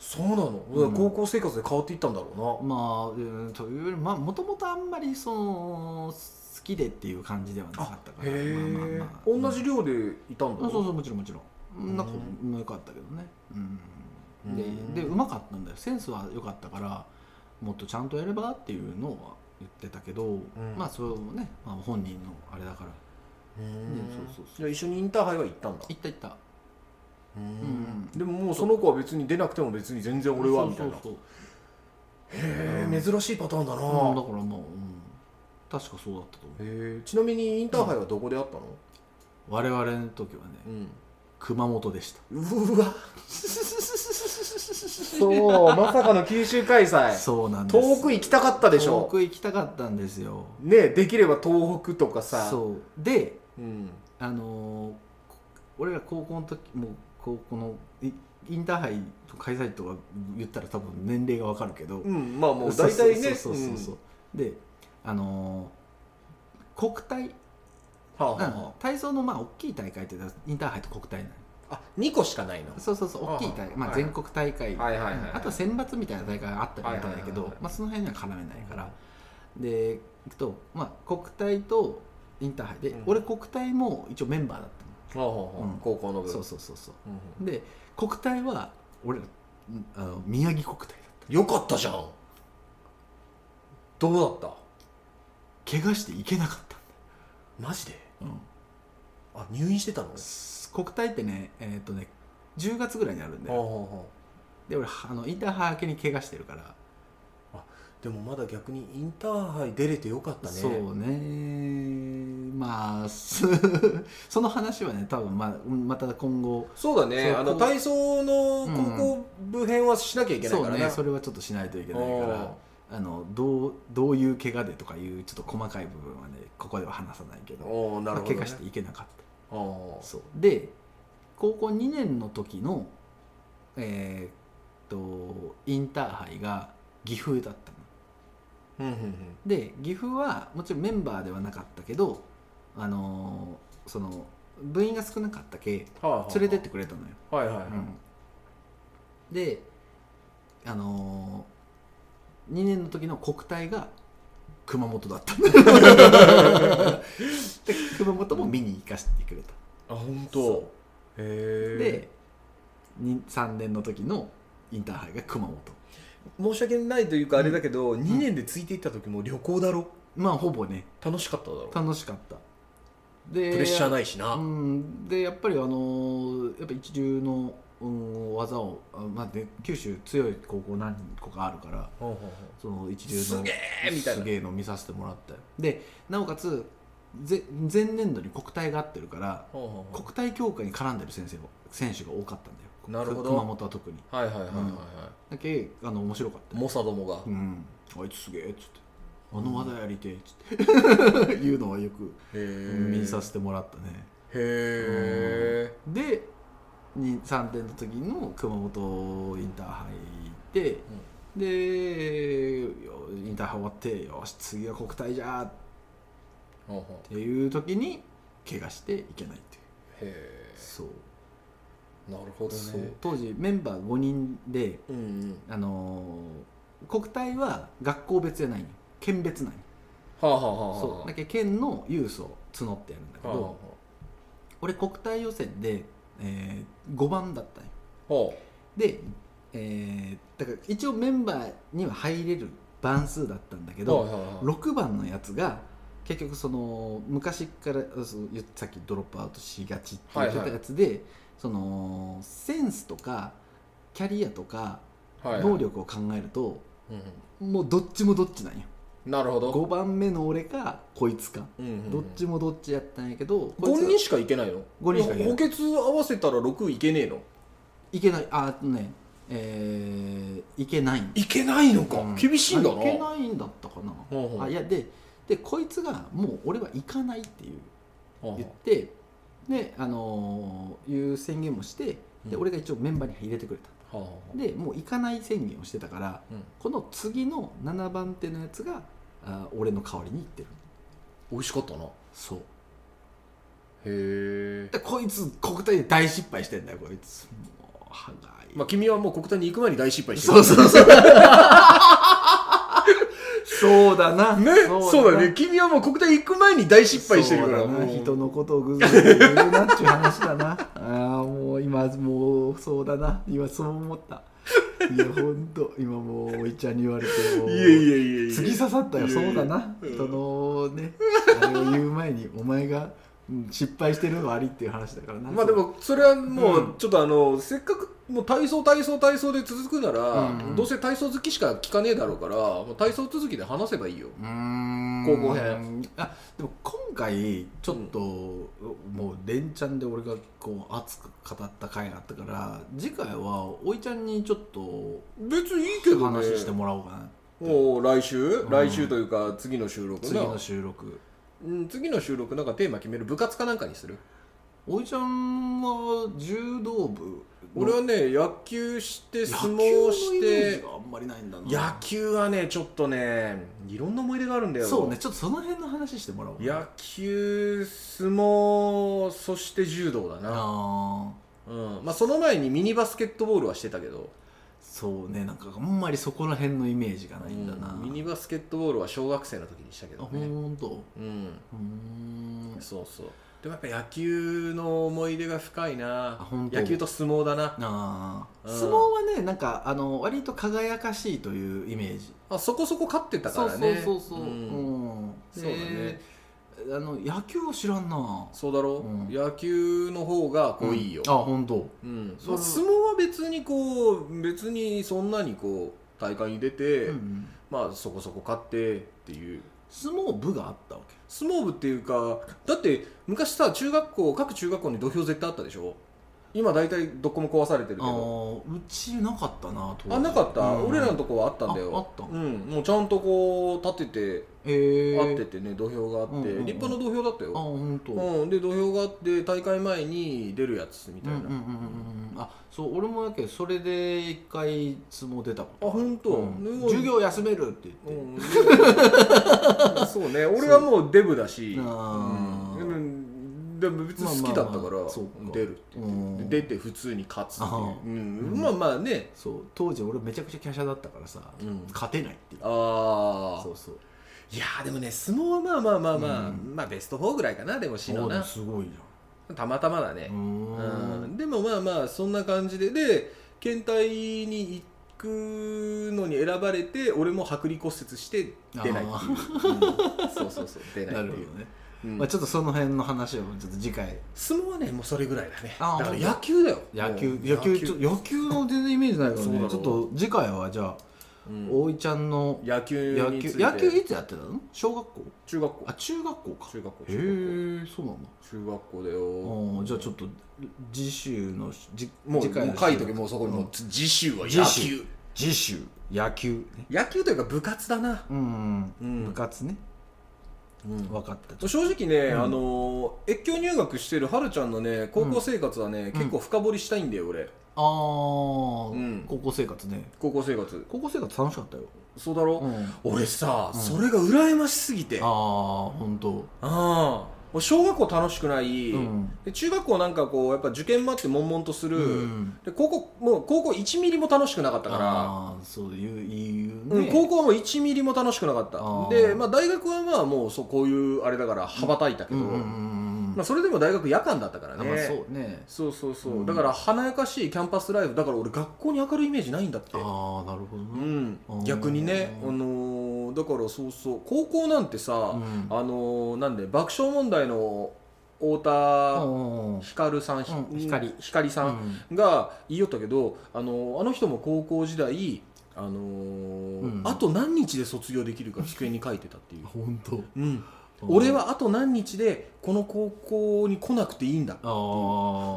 [SPEAKER 2] そうなの、
[SPEAKER 3] うん
[SPEAKER 2] 高校生活で変わっていったんだろうな、
[SPEAKER 3] まあ、うん、というよりまあもともとあんまりその好きでっていう感じではなかったからまあ
[SPEAKER 2] へえ、
[SPEAKER 3] まあまあ
[SPEAKER 2] 同じ寮でいたんだ
[SPEAKER 3] うんあそう
[SPEAKER 2] う
[SPEAKER 3] そうもちろんもちろんなんか良かったけどね、うん、
[SPEAKER 2] うん
[SPEAKER 3] ででうまかったんだよセンスは良かったからもっとちゃんとやればっていうのは言ってたけど、まあそれをね、まあ、本人のあれだから
[SPEAKER 2] うん
[SPEAKER 3] ねそうそうそう
[SPEAKER 2] じゃあ一緒にインターハイは行ったんだ
[SPEAKER 3] 行った行った
[SPEAKER 2] うんでももうその子は別に出なくても別に全然俺はみたいな
[SPEAKER 3] そうそう
[SPEAKER 2] へえ珍しいパターンだな、
[SPEAKER 3] そう、うん、だからもう、うん、確かそうだったと思う
[SPEAKER 2] へえちなみにインターハイはどこであったの、
[SPEAKER 3] 我々の時はね
[SPEAKER 2] うん
[SPEAKER 3] 熊本でした
[SPEAKER 2] うわそうまさかの九州開催
[SPEAKER 3] そうなんです
[SPEAKER 2] 遠く行きたかったでし
[SPEAKER 3] 遠
[SPEAKER 2] ょ
[SPEAKER 3] く行きたかったんですよ
[SPEAKER 2] ねできれば東北とかさ
[SPEAKER 3] そうで
[SPEAKER 2] うん
[SPEAKER 3] あのーこ俺ら高校の時もう高校のイインターハイの開催とか言ったら多分年齢がわかるけど、
[SPEAKER 2] うん、まあもう大体ね
[SPEAKER 3] そうそうそうそう、であのー国体、
[SPEAKER 2] うんはあはあ
[SPEAKER 3] うん
[SPEAKER 2] は
[SPEAKER 3] 体操のまあ大きい大会ってインターハイと国体なの
[SPEAKER 2] ああ2個しかないの
[SPEAKER 3] そうそうそう大きい大
[SPEAKER 2] あ
[SPEAKER 3] 会、
[SPEAKER 2] あ
[SPEAKER 3] まあ、
[SPEAKER 2] はい
[SPEAKER 3] 全国大会、
[SPEAKER 2] はいはいはい
[SPEAKER 3] うんあとは選抜みたいな大会があったみたいだけど、
[SPEAKER 2] はいはいはいはい
[SPEAKER 3] まあ、その辺には絡めないから、で行くと、まあ、国体とインターハイで、
[SPEAKER 2] うん
[SPEAKER 3] 俺国体も一応メンバーだっ
[SPEAKER 2] はあはあはあ
[SPEAKER 3] うん
[SPEAKER 2] 高校
[SPEAKER 3] た
[SPEAKER 2] の
[SPEAKER 3] の、
[SPEAKER 2] 部
[SPEAKER 3] そうそうそうそう
[SPEAKER 2] うん
[SPEAKER 3] で国体は俺らうんあの宮城国体だっ
[SPEAKER 2] よかったじゃんどうだった
[SPEAKER 3] た怪我して行けなかった
[SPEAKER 2] マジで
[SPEAKER 3] んだよ、
[SPEAKER 2] あ入院してたの
[SPEAKER 3] うんす国体ってねえーっとね10月ぐらいにあるんだ
[SPEAKER 2] はあ
[SPEAKER 3] よ
[SPEAKER 2] はあはあ
[SPEAKER 3] で俺あのインターハイ明けに怪我してるから
[SPEAKER 2] でもまだ逆にインターハイ出れてよかったね
[SPEAKER 3] そうねまあす その話はね多分ままた今後
[SPEAKER 2] そうだね
[SPEAKER 3] そう
[SPEAKER 2] あの
[SPEAKER 3] こう
[SPEAKER 2] 体操の
[SPEAKER 3] うん
[SPEAKER 2] 高校部編はしなきゃいけない
[SPEAKER 3] そ
[SPEAKER 2] か
[SPEAKER 3] う
[SPEAKER 2] ら
[SPEAKER 3] ね
[SPEAKER 2] ね
[SPEAKER 3] それはちょっとしないといけないか
[SPEAKER 2] うん
[SPEAKER 3] らあのどうどういう怪我でとかいうちょっと細かい部分はねここでは話さないけど
[SPEAKER 2] おーなる
[SPEAKER 3] まあ
[SPEAKER 2] ほどね
[SPEAKER 3] 怪我していけなかっ
[SPEAKER 2] あー
[SPEAKER 3] たそうで高校2年の時のえーっとインターハイが岐阜だったの
[SPEAKER 2] うんうんうん
[SPEAKER 3] で岐阜はもちろんメンバーではなかったけどあのーその部員が少なかったけ
[SPEAKER 2] はあはあはあ
[SPEAKER 3] 連れてってくれたのよ、
[SPEAKER 2] はいはい
[SPEAKER 3] うんであのー、2年の時の国体が熊本だった で熊本も見に行かせてくれた
[SPEAKER 2] あ本
[SPEAKER 3] そう
[SPEAKER 2] 当へえ
[SPEAKER 3] でに3年の時のインターハイが熊本
[SPEAKER 2] 申し訳ないというかあれだけど、二2年でついていった時も旅行だろ
[SPEAKER 3] まあほぼね
[SPEAKER 2] 楽しかっただろ
[SPEAKER 3] 楽しかったで
[SPEAKER 2] プレッシャーないしな、
[SPEAKER 3] うん、でやっぱりあのーやっぱ一流の、うん、技を、あまあ、で九州強い高校何個かあるから
[SPEAKER 2] ほうほうほう
[SPEAKER 3] その一流の
[SPEAKER 2] すげえみたいな
[SPEAKER 3] すげえの見させてもらったよでなおかつぜ前年度に国体があってるから
[SPEAKER 2] ほうほうほ
[SPEAKER 3] 国体強化に絡んでる先生も選手が多かったんだよ
[SPEAKER 2] なるほど
[SPEAKER 3] 熊本は特に
[SPEAKER 2] うはいはいはいはいはい、
[SPEAKER 3] だけあの面白かったよ
[SPEAKER 2] 猛者どもが、
[SPEAKER 3] うんあいつすげえっつってあの技やりてえっつって いうのはよく
[SPEAKER 2] へえ
[SPEAKER 3] 見させてもらったね、
[SPEAKER 2] へえ
[SPEAKER 3] でに3点の時の熊本インターハイで、でよインターハイ終わってよし次は国体じゃーっ
[SPEAKER 2] ほうほう
[SPEAKER 3] ていう時に怪我していけないっていう
[SPEAKER 2] へえ
[SPEAKER 3] そう,、
[SPEAKER 2] なるほど
[SPEAKER 3] そう
[SPEAKER 2] ね
[SPEAKER 3] 当時メンバー5人で、
[SPEAKER 2] うんうん
[SPEAKER 3] あのー国体は学校別じゃないの県別なんよ
[SPEAKER 2] はあはあはあはあ
[SPEAKER 3] そうだけど県のユースを募ってやるんだけ
[SPEAKER 2] はあはあ
[SPEAKER 3] ど俺国体予選で、え5番だったんよ
[SPEAKER 2] ほ
[SPEAKER 3] で、えーだから一応メンバーには入れる番数だったんだけ
[SPEAKER 2] う
[SPEAKER 3] ど、
[SPEAKER 2] はいはいはい
[SPEAKER 3] 6番のやつが結局その昔からそのさっきドロップアウトしがちって言ってたやつで、そのセンスとかキャリアとか
[SPEAKER 2] はいはい
[SPEAKER 3] 能力を考えると、
[SPEAKER 2] うん
[SPEAKER 3] もうどっちもどっちなんよ
[SPEAKER 2] うんなるほど
[SPEAKER 3] 5番目の俺かこいつか、
[SPEAKER 2] うんうんうん
[SPEAKER 3] どっちもどっちやったんやけどこいつ
[SPEAKER 2] 5
[SPEAKER 3] は
[SPEAKER 2] 人しかいけないの
[SPEAKER 3] 五人しかいけない
[SPEAKER 2] 補欠合わせたら6いけねえの
[SPEAKER 3] いけないああとねえーいけないん
[SPEAKER 2] いけないのか、
[SPEAKER 3] うん
[SPEAKER 2] 厳しいんだな
[SPEAKER 3] あいけないんだったかな、
[SPEAKER 2] ほうほう
[SPEAKER 3] あいやででこいつがもう俺は行かないっていう
[SPEAKER 2] ほうほう
[SPEAKER 3] 言ってであのーいう宣言もしてで
[SPEAKER 2] うん
[SPEAKER 3] 俺が一応メンバーに入れてくれた
[SPEAKER 2] はあはあ
[SPEAKER 3] でもう行かない宣言をしてたから
[SPEAKER 2] うん
[SPEAKER 3] この次の7番手のやつがあー俺の代わりに行ってる
[SPEAKER 2] 美味しかったなへ
[SPEAKER 3] そう
[SPEAKER 2] え
[SPEAKER 3] でこいつ国体で大失敗してんだよこいつもう歯がゆい、
[SPEAKER 2] まあ君はもう国体に行く前に大失敗して
[SPEAKER 3] そうそうそうそうだな
[SPEAKER 2] ねそうだね君はもう国体行く前に大失敗してるから
[SPEAKER 3] そうだな
[SPEAKER 2] もう
[SPEAKER 3] 人のことをぐずぐず言うなっちゅう話だなああもう今もうそうだな今そう思ったいやほんと今もうおいちゃんに言われてもう
[SPEAKER 2] いやいやいやいや
[SPEAKER 3] 突き刺さったよ
[SPEAKER 2] いやいや
[SPEAKER 3] そうだな
[SPEAKER 2] うん
[SPEAKER 3] 人のねあれを言う前にお前がうん失敗してるのはありっていう話だからな
[SPEAKER 2] まあでもそれはもうちょっとあの、せっかくもう体操体操体操で続くなら、
[SPEAKER 3] うん
[SPEAKER 2] どうせ体操好きしか聞かねえだろうからもう体操続きで話せばいいよ
[SPEAKER 3] うーん
[SPEAKER 2] 高校編
[SPEAKER 3] あでも今回ちょっと、もう連チャンで俺がこう熱く語った回があったから次回はおいちゃんにちょっと
[SPEAKER 2] 別にいいけどね
[SPEAKER 3] 話してもらおうかな、
[SPEAKER 2] もう来週、
[SPEAKER 3] ん
[SPEAKER 2] 来週というか次の収録な
[SPEAKER 3] 次の収録
[SPEAKER 2] うん、次の収録なんかテーマ決める部活かなんかにする
[SPEAKER 3] おいちゃんは柔道部
[SPEAKER 2] 俺はね野球して相撲し
[SPEAKER 3] 野球のイメージ
[SPEAKER 2] て
[SPEAKER 3] があんまりないんだな
[SPEAKER 2] 野球はねちょっとねいろんな思い出があるんだよ
[SPEAKER 3] そうねちょっとその辺の話してもらおうかな
[SPEAKER 2] 野球相撲そして柔道だな
[SPEAKER 3] あー
[SPEAKER 2] うんまあ、その前にミニバスケットボールはしてたけど、
[SPEAKER 3] そうねなんかあんまりそこら辺のイメージがないんだな、
[SPEAKER 2] ミニバスケットボールは小学生の時にしたけ
[SPEAKER 3] あ
[SPEAKER 2] ど
[SPEAKER 3] ほ
[SPEAKER 2] ね
[SPEAKER 3] んと
[SPEAKER 2] うん
[SPEAKER 3] うーん
[SPEAKER 2] そうそうでもやっぱ野球の思い出が深いな
[SPEAKER 3] あほんと
[SPEAKER 2] 野球と相撲だな
[SPEAKER 3] あー
[SPEAKER 2] うん
[SPEAKER 3] 相撲はねなんかあの割と輝かしいというイメージ
[SPEAKER 2] あそこそこ勝ってたからね
[SPEAKER 3] そうそうそうそう、うん
[SPEAKER 2] ん
[SPEAKER 3] で
[SPEAKER 2] そうだね
[SPEAKER 3] あの野球を知らんな
[SPEAKER 2] そうだろ、
[SPEAKER 3] うん
[SPEAKER 2] 野球の方がこういいよ、
[SPEAKER 3] あ本当。
[SPEAKER 2] うん
[SPEAKER 3] そ
[SPEAKER 2] ま
[SPEAKER 3] う
[SPEAKER 2] あ相撲は別にこう別にそんなにこう大会に出て、
[SPEAKER 3] うん
[SPEAKER 2] まあそこそこ勝ってっていう
[SPEAKER 3] 相撲部があったわけ
[SPEAKER 2] 相撲部っていうかだって昔さ中学校各中学校に土俵絶対あったでしょ今大体どこも壊されてるけ
[SPEAKER 3] あ
[SPEAKER 2] ど
[SPEAKER 3] ーうちなかったな当時
[SPEAKER 2] あなかった、
[SPEAKER 3] うん
[SPEAKER 2] 俺らのとこはあったんだよ
[SPEAKER 3] ああった
[SPEAKER 2] うん、もうちゃんとこう立てて、
[SPEAKER 3] へえ
[SPEAKER 2] あっててね土俵があって、
[SPEAKER 3] うんうんうん
[SPEAKER 2] 立派な土俵だった
[SPEAKER 3] あ
[SPEAKER 2] よ、
[SPEAKER 3] 本当。
[SPEAKER 2] うん、で土俵があって大会前に出るやつみたいな、
[SPEAKER 3] うんうんうんうんうんあそう俺もだけどそれで一回相撲出たこと
[SPEAKER 2] あ本当、
[SPEAKER 3] うん
[SPEAKER 2] で
[SPEAKER 3] 授業休めるって
[SPEAKER 2] う
[SPEAKER 3] 言って、
[SPEAKER 2] ん、そうね俺はもうデブだし、
[SPEAKER 3] あー
[SPEAKER 2] うん、でも別に好きだったから
[SPEAKER 3] まあまあまあそうか
[SPEAKER 2] 出るって言って
[SPEAKER 3] うん
[SPEAKER 2] 出て普通に勝つってい
[SPEAKER 3] あは
[SPEAKER 2] う、うん
[SPEAKER 3] うん
[SPEAKER 2] まあまあね、
[SPEAKER 3] そう当時俺めちゃくちゃ華奢だったからさ、
[SPEAKER 2] うん
[SPEAKER 3] 勝てないっていう
[SPEAKER 2] あ
[SPEAKER 3] そうそう
[SPEAKER 2] あいやーでもね相撲はまあまあまあまあ、
[SPEAKER 3] うん
[SPEAKER 2] まあベスト4ぐらいかなでもしの
[SPEAKER 3] あでも
[SPEAKER 2] な
[SPEAKER 3] すごいじ
[SPEAKER 2] たまたまだね
[SPEAKER 3] ゃんう、ー
[SPEAKER 2] うんんでもまあまあそんな感じでで県大に行くのに選ばれて俺も剥離骨折して出ないっていう、うんそうそうそう出ない
[SPEAKER 3] な
[SPEAKER 2] っ
[SPEAKER 3] る
[SPEAKER 2] て
[SPEAKER 3] ほ
[SPEAKER 2] い
[SPEAKER 3] ど
[SPEAKER 2] う
[SPEAKER 3] ね、
[SPEAKER 2] うん
[SPEAKER 3] まあ、ちょっとその辺の話をちょっと次回
[SPEAKER 2] 相撲はねもうそれぐらいだね
[SPEAKER 3] あー
[SPEAKER 2] だから
[SPEAKER 3] 本当
[SPEAKER 2] 野球だよ
[SPEAKER 3] 野
[SPEAKER 2] も
[SPEAKER 3] 球
[SPEAKER 2] う
[SPEAKER 3] 野球ちょ野球の全然イメージないから
[SPEAKER 2] そうだろ
[SPEAKER 3] ね
[SPEAKER 2] う
[SPEAKER 3] ちょっと次回はじゃあ
[SPEAKER 2] うん
[SPEAKER 3] 大井ちゃんの
[SPEAKER 2] 野球
[SPEAKER 3] 野
[SPEAKER 2] につい
[SPEAKER 3] 球
[SPEAKER 2] て
[SPEAKER 3] 野球いつやってたの小学校
[SPEAKER 2] 中学校
[SPEAKER 3] あ中学校か
[SPEAKER 2] 中学校
[SPEAKER 3] へえ
[SPEAKER 2] 中
[SPEAKER 3] そうなんだ
[SPEAKER 2] 学校だ
[SPEAKER 3] あ
[SPEAKER 2] よ
[SPEAKER 3] ーじゃあちょっと次週のじ
[SPEAKER 2] もう
[SPEAKER 3] 次回
[SPEAKER 2] も
[SPEAKER 3] の
[SPEAKER 2] う書いとけもうそこにもう次週は野
[SPEAKER 3] 次
[SPEAKER 2] 球
[SPEAKER 3] 週次週野球ね
[SPEAKER 2] 野球というか部活だな
[SPEAKER 3] うん、
[SPEAKER 2] うん
[SPEAKER 3] 部活ね
[SPEAKER 2] うん
[SPEAKER 3] 分かった
[SPEAKER 2] 正直ね、
[SPEAKER 3] うん
[SPEAKER 2] あのー越境入学してるはるちゃんのね高校生活はね、結構深掘りしたいんだよ俺
[SPEAKER 3] あー、
[SPEAKER 2] うん
[SPEAKER 3] 高校生活ね
[SPEAKER 2] 高校生活
[SPEAKER 3] 高校生活楽しかったよ、
[SPEAKER 2] そうだろ、
[SPEAKER 3] うん、あ
[SPEAKER 2] 俺さ、
[SPEAKER 3] うん
[SPEAKER 2] それが羨ましすぎてあ
[SPEAKER 3] あ本当。
[SPEAKER 2] あ俺小学校楽しくない、
[SPEAKER 3] うん
[SPEAKER 2] で中学校なんかこうやっぱ受験もあって悶々とする、
[SPEAKER 3] うん
[SPEAKER 2] で高校もう高校1ミリも楽しくなかったから
[SPEAKER 3] あーそういういう
[SPEAKER 2] う
[SPEAKER 3] ね、
[SPEAKER 2] ん、高校はもう1ミリも楽しくなかっ
[SPEAKER 3] あー
[SPEAKER 2] たで、まあ、大学はまあもうそうこういうあれだから羽ばたいたけ
[SPEAKER 3] う
[SPEAKER 2] ど、
[SPEAKER 3] んうんうんうん
[SPEAKER 2] まあ、それでも大学夜間だったから
[SPEAKER 3] あ
[SPEAKER 2] ね、
[SPEAKER 3] まあそうね
[SPEAKER 2] そうそうそう、
[SPEAKER 3] うん
[SPEAKER 2] だから華やかしいキャンパスライフだから俺学校に明るいイメージないんだって
[SPEAKER 3] ああなるほどね、
[SPEAKER 2] うん
[SPEAKER 3] あー
[SPEAKER 2] 逆にねあのーだからそうそう高校なんてさ、
[SPEAKER 3] うん
[SPEAKER 2] あのーなんで爆笑問題の太
[SPEAKER 3] あ
[SPEAKER 2] 田
[SPEAKER 3] ー
[SPEAKER 2] 光さん、ひ
[SPEAKER 3] うん光
[SPEAKER 2] 光さんが言いよったけど、あのーあの人も高校時代あのー
[SPEAKER 3] うん
[SPEAKER 2] あと何日で卒業できるか机に書いてたっていう、
[SPEAKER 3] 本当
[SPEAKER 2] うん、俺はあと何日でこの高校に来なくていいんだ
[SPEAKER 3] あ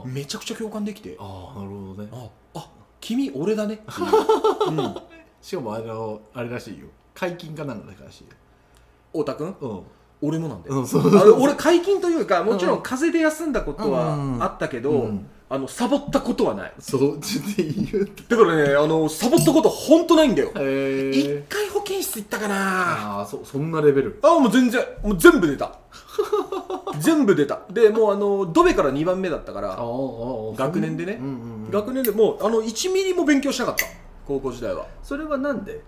[SPEAKER 3] ー
[SPEAKER 2] めちゃくちゃ共感できて
[SPEAKER 3] あーなるほどね
[SPEAKER 2] ああ君俺だね っていう、うん、
[SPEAKER 3] しかもあのあれらしいよ解禁かなんからしい
[SPEAKER 2] 太田君
[SPEAKER 3] よ
[SPEAKER 2] 俺もなんだ
[SPEAKER 3] うん、
[SPEAKER 2] よ
[SPEAKER 3] うん、そう
[SPEAKER 2] あの俺解禁というかもちろ
[SPEAKER 3] うん
[SPEAKER 2] ん風邪で休んだことはあったけど、
[SPEAKER 3] うん
[SPEAKER 2] あのサボったことはない
[SPEAKER 3] そうちょっと言う
[SPEAKER 2] だからねあのサボったことほんとないんだよ
[SPEAKER 3] とへ
[SPEAKER 2] 一、回保健室行ったかなあ
[SPEAKER 3] ああそそんなレベル
[SPEAKER 2] もう全然もう全部 出た全部出たでもうあのドベから2番目だったか
[SPEAKER 3] ああ
[SPEAKER 2] ら
[SPEAKER 3] ああ
[SPEAKER 2] 学年でね
[SPEAKER 3] うんうんうん、
[SPEAKER 2] 学年でもうあの1ミリも勉強しなかった高校時代は
[SPEAKER 3] それはなんで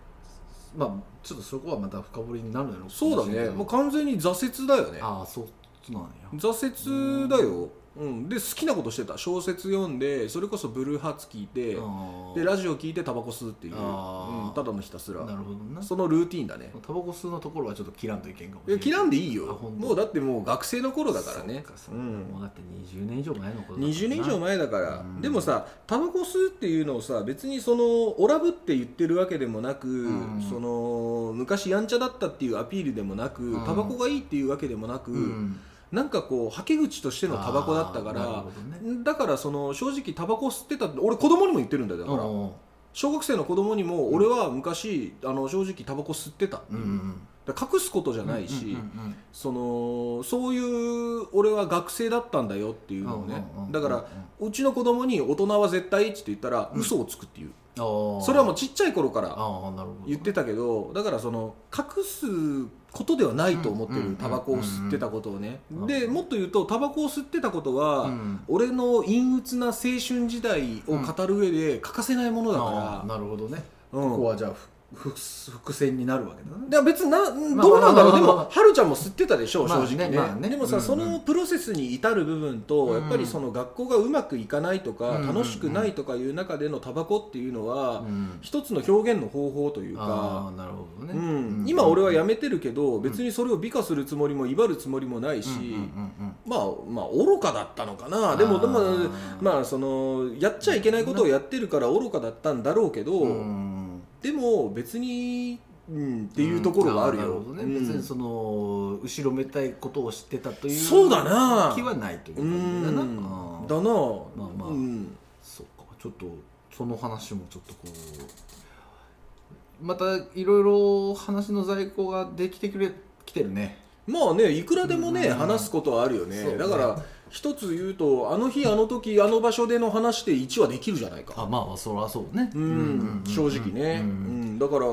[SPEAKER 3] まあちょっとそこはまた深掘りになるの
[SPEAKER 2] そうだねもう
[SPEAKER 3] も
[SPEAKER 2] 完全に挫折だよね
[SPEAKER 3] ああそうなんや
[SPEAKER 2] 挫折だよ、うん、で好きなことしてた小説読んでそれこそブルーハーツ聞いて
[SPEAKER 3] あー
[SPEAKER 2] でラジオ聞いてタバコ吸うっていう、
[SPEAKER 3] あー
[SPEAKER 2] うんただのひたすら
[SPEAKER 3] なるほどな
[SPEAKER 2] そのルーティンだね
[SPEAKER 3] タバコ吸うのところはちょっと切らんといけんかもし
[SPEAKER 2] い
[SPEAKER 3] れ
[SPEAKER 2] や
[SPEAKER 3] ない
[SPEAKER 2] 切らんでいい
[SPEAKER 3] あ
[SPEAKER 2] よ
[SPEAKER 3] ほんと
[SPEAKER 2] もうだってもう学生の頃だからね
[SPEAKER 3] そっそっ
[SPEAKER 2] う
[SPEAKER 3] か
[SPEAKER 2] ん
[SPEAKER 3] もうだって20年以上前のことだからな
[SPEAKER 2] 20年以上前だから、
[SPEAKER 3] うん
[SPEAKER 2] でもさタバコ吸うっていうのをさ別にそのオラブって言ってるわけでもなく、
[SPEAKER 3] うん
[SPEAKER 2] その昔やんちゃだったっていうアピールでもなく、
[SPEAKER 3] うん
[SPEAKER 2] タバコがいいっていうわけでもなく、
[SPEAKER 3] うん
[SPEAKER 2] なんかこうはけ口としてのタバコだったか
[SPEAKER 3] あーなる
[SPEAKER 2] ら
[SPEAKER 3] ほどね
[SPEAKER 2] だからその正直タバコ吸ってたって俺子供にも言ってるんだよだから
[SPEAKER 3] おう
[SPEAKER 2] 小学生の子供にも俺は昔あの正直タバコ吸ってた、
[SPEAKER 3] おううんうん
[SPEAKER 2] だから隠すことじゃ
[SPEAKER 3] うん
[SPEAKER 2] ないし、
[SPEAKER 3] うんうん
[SPEAKER 2] そのそういう俺は学生だったんだよっていうのをね
[SPEAKER 3] うんうんうんうん
[SPEAKER 2] だからうちの子供に大人は絶対って言ったら
[SPEAKER 3] うん
[SPEAKER 2] 嘘をつくっていう、
[SPEAKER 3] あー
[SPEAKER 2] それはもうちっちゃい頃から
[SPEAKER 3] ああなるほど
[SPEAKER 2] 言ってたけどだからその隠すことではないと思って
[SPEAKER 3] うんうんうんう
[SPEAKER 2] る
[SPEAKER 3] ん
[SPEAKER 2] タバコを吸ってたことをね、
[SPEAKER 3] うん
[SPEAKER 2] でもっと言うとタバコを吸ってたことは、
[SPEAKER 3] うん
[SPEAKER 2] 俺の陰鬱な青春時代を語る上で欠かせないものだ
[SPEAKER 3] あー
[SPEAKER 2] か
[SPEAKER 3] なるほどね
[SPEAKER 2] ら、
[SPEAKER 3] こ
[SPEAKER 2] うん
[SPEAKER 3] こはじゃあふふ伏線になるわけだね
[SPEAKER 2] いや別にな
[SPEAKER 3] まあ
[SPEAKER 2] どうなんだろ
[SPEAKER 3] まあまあ
[SPEAKER 2] う、
[SPEAKER 3] まあ
[SPEAKER 2] でも、はるちゃんも吸ってたでしょ、
[SPEAKER 3] まあね
[SPEAKER 2] 正直ね,、
[SPEAKER 3] まあね
[SPEAKER 2] でもさ、
[SPEAKER 3] うんうん
[SPEAKER 2] そのプロセスに至る部分と、
[SPEAKER 3] うん
[SPEAKER 2] やっぱりその学校がうまくいかないとか、
[SPEAKER 3] うんうんうん
[SPEAKER 2] 楽しくないとかいう中でのタバコっていうのは、
[SPEAKER 3] うん
[SPEAKER 2] 一つの表現の方法という
[SPEAKER 3] あ
[SPEAKER 2] か、
[SPEAKER 3] あなるほどね
[SPEAKER 2] うん今、俺はやめてるけど、
[SPEAKER 3] ん
[SPEAKER 2] 別にそれを美化するつもりも威張るつもりもないし、
[SPEAKER 3] うんうんうん
[SPEAKER 2] まあ、まあ、愚かだったのかな、でも、
[SPEAKER 3] あ
[SPEAKER 2] で
[SPEAKER 3] ー
[SPEAKER 2] もまあ、そのやっちゃいけないことをやってるから愚かだったんだろうけど。
[SPEAKER 3] うんうん
[SPEAKER 2] でも別に、うん、っていうところはあるよ、
[SPEAKER 3] ーなほどね
[SPEAKER 2] うん
[SPEAKER 3] 別にその後ろめたいことを知ってたという
[SPEAKER 2] そうだな
[SPEAKER 3] 気はないという
[SPEAKER 2] う
[SPEAKER 3] 感じだなあ
[SPEAKER 2] ん
[SPEAKER 3] ー
[SPEAKER 2] だな
[SPEAKER 3] まあまあ
[SPEAKER 2] うん
[SPEAKER 3] そっかちょっとその話もちょっとこうまたいろいろ話の在庫ができてくれきてるね
[SPEAKER 2] まあねいくらでもね、
[SPEAKER 3] うん
[SPEAKER 2] 話すことはあるよね
[SPEAKER 3] そうね
[SPEAKER 2] だから一つ言うとあの日あの時あの場所での話で1話できるじゃないか
[SPEAKER 3] あまあまあそりゃそうね
[SPEAKER 2] うん正直ね、
[SPEAKER 3] う
[SPEAKER 2] う
[SPEAKER 3] んん
[SPEAKER 2] だから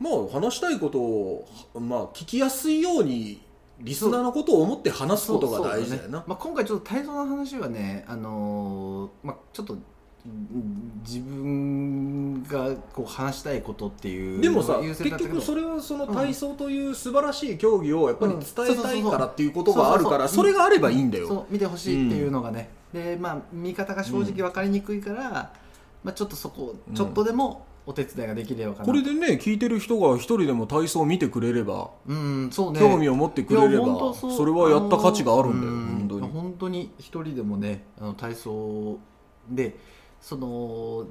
[SPEAKER 2] まあ話したいことを、まあ、聞きやすいようにリスナーのことを思って話すことが大事だよ
[SPEAKER 3] そうそうね
[SPEAKER 2] な
[SPEAKER 3] まあ、今回ちょっと体操の話はね、あのーまあ、ちょっとうん自分がこう話したいことっていう
[SPEAKER 2] でもさ
[SPEAKER 3] 優
[SPEAKER 2] 結
[SPEAKER 3] 先だったけど
[SPEAKER 2] 局それはその体操という素晴らしい競技をやっぱり
[SPEAKER 3] うん
[SPEAKER 2] 伝えたい
[SPEAKER 3] そうそうそ
[SPEAKER 2] か
[SPEAKER 3] う
[SPEAKER 2] らっていうことがあるから
[SPEAKER 3] そ
[SPEAKER 2] そう
[SPEAKER 3] そうそう
[SPEAKER 2] れがあればいいんだよ
[SPEAKER 3] そう見てほしいっていうのがね、でまあ見方が正直分かりにくいから、まあ、ちょっとそこ
[SPEAKER 2] うん
[SPEAKER 3] ちょっとでもお手伝いができればかな
[SPEAKER 2] これでね聞いてる人が一人でも体操を見てくれれば
[SPEAKER 3] うんそうね
[SPEAKER 2] 興味を持ってくれれ
[SPEAKER 3] いや本
[SPEAKER 2] ば
[SPEAKER 3] 当う
[SPEAKER 2] それはやった価値があるんだ
[SPEAKER 3] うい
[SPEAKER 2] よ本当
[SPEAKER 3] や
[SPEAKER 2] に
[SPEAKER 3] 本当に一人でもねあの体操でその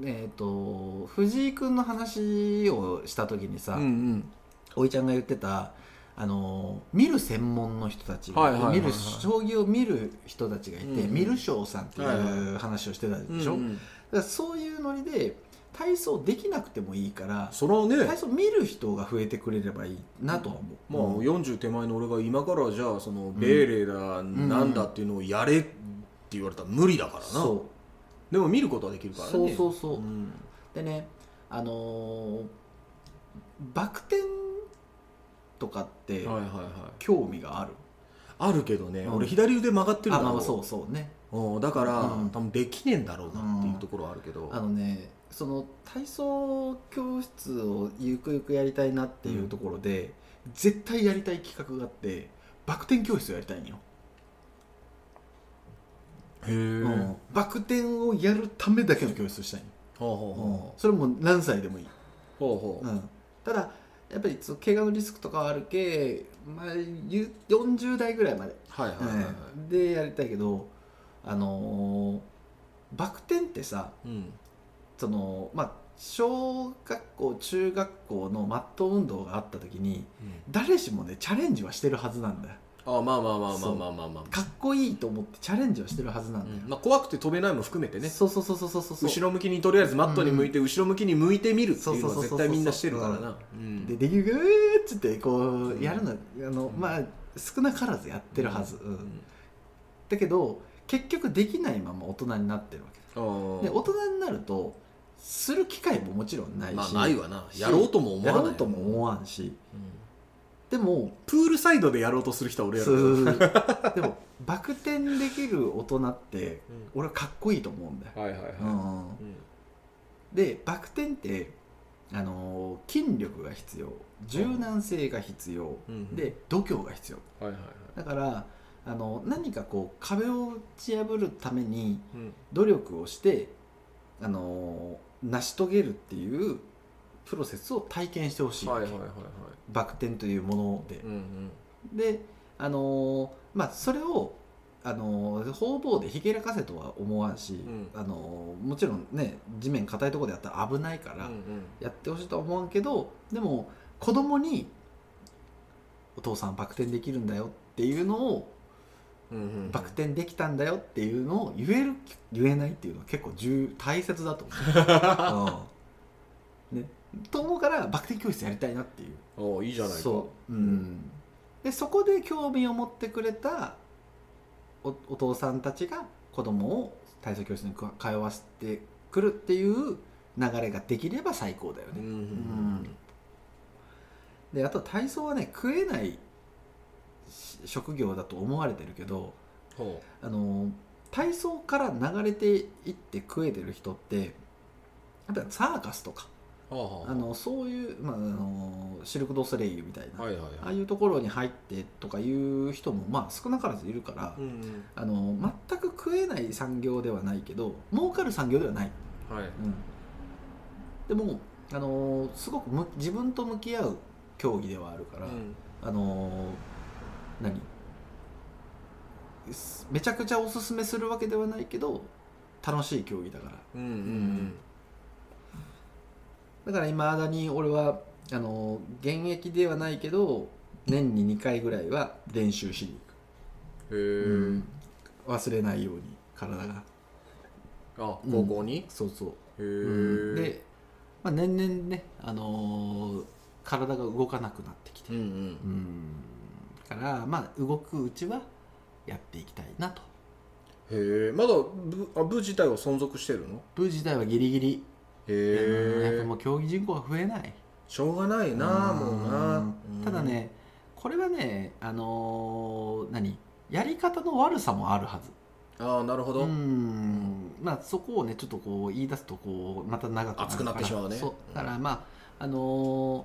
[SPEAKER 3] んえっ、と藤井君の話をした時にさ、
[SPEAKER 2] うん
[SPEAKER 3] おいちゃんが言ってたあの見る専門の人たちが、
[SPEAKER 2] はいはいはいはい
[SPEAKER 3] 見る将棋を見る人たちがいて、
[SPEAKER 2] うんうん
[SPEAKER 3] 見る将さんってい
[SPEAKER 2] はいは
[SPEAKER 3] う話をしてた
[SPEAKER 2] うん
[SPEAKER 3] でしょ、だからそういうノリで体操できなくてもいいから
[SPEAKER 2] それは
[SPEAKER 3] 体
[SPEAKER 2] ね
[SPEAKER 3] 操見る人が増えてくれればいいなとは思う。
[SPEAKER 2] まあ
[SPEAKER 3] うん
[SPEAKER 2] 40手前の俺が今からじゃあそのベーレだなんだっていうのをやれって言われたら無理だからな
[SPEAKER 3] そう
[SPEAKER 2] でも見ることはできるからね
[SPEAKER 3] そうそうそう
[SPEAKER 2] うん
[SPEAKER 3] でねあのーバク転とかって
[SPEAKER 2] はいはいはい
[SPEAKER 3] 興味がある、
[SPEAKER 2] あるけどね
[SPEAKER 3] うん
[SPEAKER 2] 俺左腕曲がってる
[SPEAKER 3] あ
[SPEAKER 2] だ
[SPEAKER 3] まあま
[SPEAKER 2] ろ
[SPEAKER 3] あそうそうね
[SPEAKER 2] うんだから、
[SPEAKER 3] うん
[SPEAKER 2] 多分できねえんだろうなっていうところはあるけど、
[SPEAKER 3] あのねその体操教室をゆくゆくやりたいなっていうところで、絶対やりたい企画があってバク転教室をやりたいんよ、
[SPEAKER 2] へえ、
[SPEAKER 3] う
[SPEAKER 2] は
[SPEAKER 3] んバク転をやるためだけの教室をしたいんよ、
[SPEAKER 2] あはあは
[SPEAKER 3] それも何歳でもいい
[SPEAKER 2] あはあはあ
[SPEAKER 3] うんただやっぱりその怪我のリスクとかはあるけ、まあ、ゆ40代ぐらいまで
[SPEAKER 2] はいはいはいはい、
[SPEAKER 3] でやりたいけどあのーバク転ってさ
[SPEAKER 2] うん
[SPEAKER 3] そのまあ小学校中学校のマット運動があった時に誰しもねチャレンジはしてるはずなんだよ
[SPEAKER 2] あまあまあまあま
[SPEAKER 3] そ
[SPEAKER 2] あ
[SPEAKER 3] う
[SPEAKER 2] まあまあまあ、
[SPEAKER 3] かっこいいと思ってチャレンジはしてるはずなん
[SPEAKER 2] う
[SPEAKER 3] だよ、
[SPEAKER 2] んまあ、怖くて飛べないも含めてね
[SPEAKER 3] そうそうそうそうそうそう
[SPEAKER 2] 後ろ向きにとりあえずマットに向いて後ろ向きに向いてみるっていうのは
[SPEAKER 3] そうそうそうそう
[SPEAKER 2] 絶対みんなしてるからな、うん
[SPEAKER 3] でできるぐーっつってこうやるの,、あのまあ少なからずやってるはず、う
[SPEAKER 2] うんん
[SPEAKER 3] だけど結局できないまま大人になってるわけ
[SPEAKER 2] あー
[SPEAKER 3] で大人になるとする機会ももちろんないし、
[SPEAKER 2] まあないわなやろうとも思
[SPEAKER 3] や
[SPEAKER 2] わない
[SPEAKER 3] ろうとも思わんし
[SPEAKER 2] うん
[SPEAKER 3] でも
[SPEAKER 2] プールサイドでやろうとする人は俺や
[SPEAKER 3] そ
[SPEAKER 2] る
[SPEAKER 3] う でもバク転できる大人って俺はかっこいいと思うんだよ、
[SPEAKER 2] はいはいはい、
[SPEAKER 3] うん、
[SPEAKER 2] うん
[SPEAKER 3] でバク転って、あのー筋力が必要柔軟性が必要、
[SPEAKER 2] うん
[SPEAKER 3] で度胸が必要
[SPEAKER 2] はいはいはい
[SPEAKER 3] だから、あの何かこう壁を打ち破るために
[SPEAKER 2] うん
[SPEAKER 3] 努力をしてあの成し遂げるっていうプロセスを体験してほしい、
[SPEAKER 2] はいはいはいはい
[SPEAKER 3] バク転というもので
[SPEAKER 2] う、んうん
[SPEAKER 3] であのーまあそれをあのー方々でひけらかせとは思わんし、
[SPEAKER 2] ん
[SPEAKER 3] あのーもちろんね地面硬いところでやったら危ないか
[SPEAKER 2] うん
[SPEAKER 3] ら
[SPEAKER 2] うん
[SPEAKER 3] やってほしいとは思わんけどでも子供に「お父さんバク転できるんだよ」っていうのを
[SPEAKER 2] うんうん
[SPEAKER 3] バク転できたんだよっていうのを言える言えないっていうのは結構重大切だと 思う、うんね、と思うからバク転教室やりたいなっていう
[SPEAKER 2] おいいじゃないか
[SPEAKER 3] そう、うん、でそこで興味を持ってくれたおお父さんたちが子供を体操教室にか通わせてくるっていう流れができれば最高だよ
[SPEAKER 2] うん
[SPEAKER 3] ね、
[SPEAKER 2] うん
[SPEAKER 3] であと体操はね食えないし職業だと思われてるけど
[SPEAKER 2] ほ
[SPEAKER 3] あの体操から流れていって食えてる人ってやっぱサーカスとか
[SPEAKER 2] うはあはあ
[SPEAKER 3] あのそういう、まあ、あのシルク・ドゥソレイユみたいな、
[SPEAKER 2] はいはいはい
[SPEAKER 3] ああいうところに入ってとかいう人もまあ少なからずいるから、
[SPEAKER 2] うんうん
[SPEAKER 3] あの全く食えない産業ではないけど儲かる産業ではない、
[SPEAKER 2] はい
[SPEAKER 3] うんでもあのすごくむ自分と向き合う競技ではあるから、
[SPEAKER 2] うん
[SPEAKER 3] あの何すめちゃくちゃおすすめするわけではないけど楽しい競技だから
[SPEAKER 2] うんうん
[SPEAKER 3] だからいまだに俺はあの現役ではないけど年に2回ぐらいは練習しに行く
[SPEAKER 2] うんへ
[SPEAKER 3] う
[SPEAKER 2] え
[SPEAKER 3] ん忘れないように体が
[SPEAKER 2] あ
[SPEAKER 3] うん
[SPEAKER 2] 高校に
[SPEAKER 3] そうそう、
[SPEAKER 2] へ
[SPEAKER 3] うん
[SPEAKER 2] え
[SPEAKER 3] で、まあ、年々ね、あのー体が動かなくなってきて、
[SPEAKER 2] うんうん
[SPEAKER 3] うんだからまあ動くうちはやっていきたいなと
[SPEAKER 2] へえまだ部あ部自体は存続してるの
[SPEAKER 3] 部自体はギリギリ、うんやっぱ
[SPEAKER 2] へ
[SPEAKER 3] も
[SPEAKER 2] え
[SPEAKER 3] う競技人口が増えない
[SPEAKER 2] しょうがないな
[SPEAKER 3] うん
[SPEAKER 2] もうなうん
[SPEAKER 3] ただねこれはねあのー何やり方の悪さもあるはず
[SPEAKER 2] ああなるほど
[SPEAKER 3] う
[SPEAKER 2] うん
[SPEAKER 3] んまあそこをねちょっとこう言い出すとこうまた長くる
[SPEAKER 2] 熱くなってしまうね
[SPEAKER 3] そう
[SPEAKER 2] うん
[SPEAKER 3] だからまああのー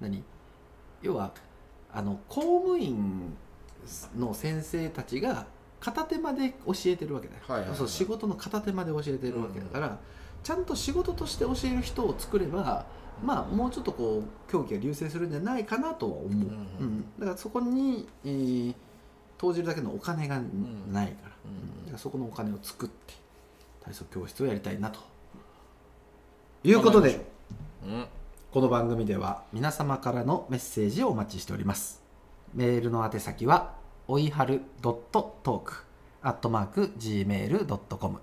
[SPEAKER 3] 何要はあの公務員の先生たちが片手間で教えてるわけだよ、
[SPEAKER 2] はいはいはい
[SPEAKER 3] そう仕事の片手間で教えてるわけだから、ちゃんと仕事として教える人を作ればまあもうちょっとこう競技が流星するんじゃないかなとは思う、
[SPEAKER 2] うん
[SPEAKER 3] うんだからそこに、えー投じるだけのお金がないから、
[SPEAKER 2] うんうん
[SPEAKER 3] だからそこのお金を作って体操教室をやりたいなということで
[SPEAKER 2] うん
[SPEAKER 3] この番組では皆様からのメッセージをお待ちしておりますメールの宛先はおいはる .talk.gmail.com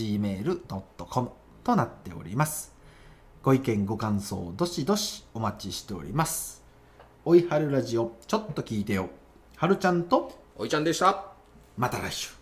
[SPEAKER 3] oiharu.talk.gmail.com となっておりますご意見ご感想どしどしお待ちしておりますおいはるラジオちょっと聞いてよはるちゃんと
[SPEAKER 2] おいちゃんでした
[SPEAKER 3] また来週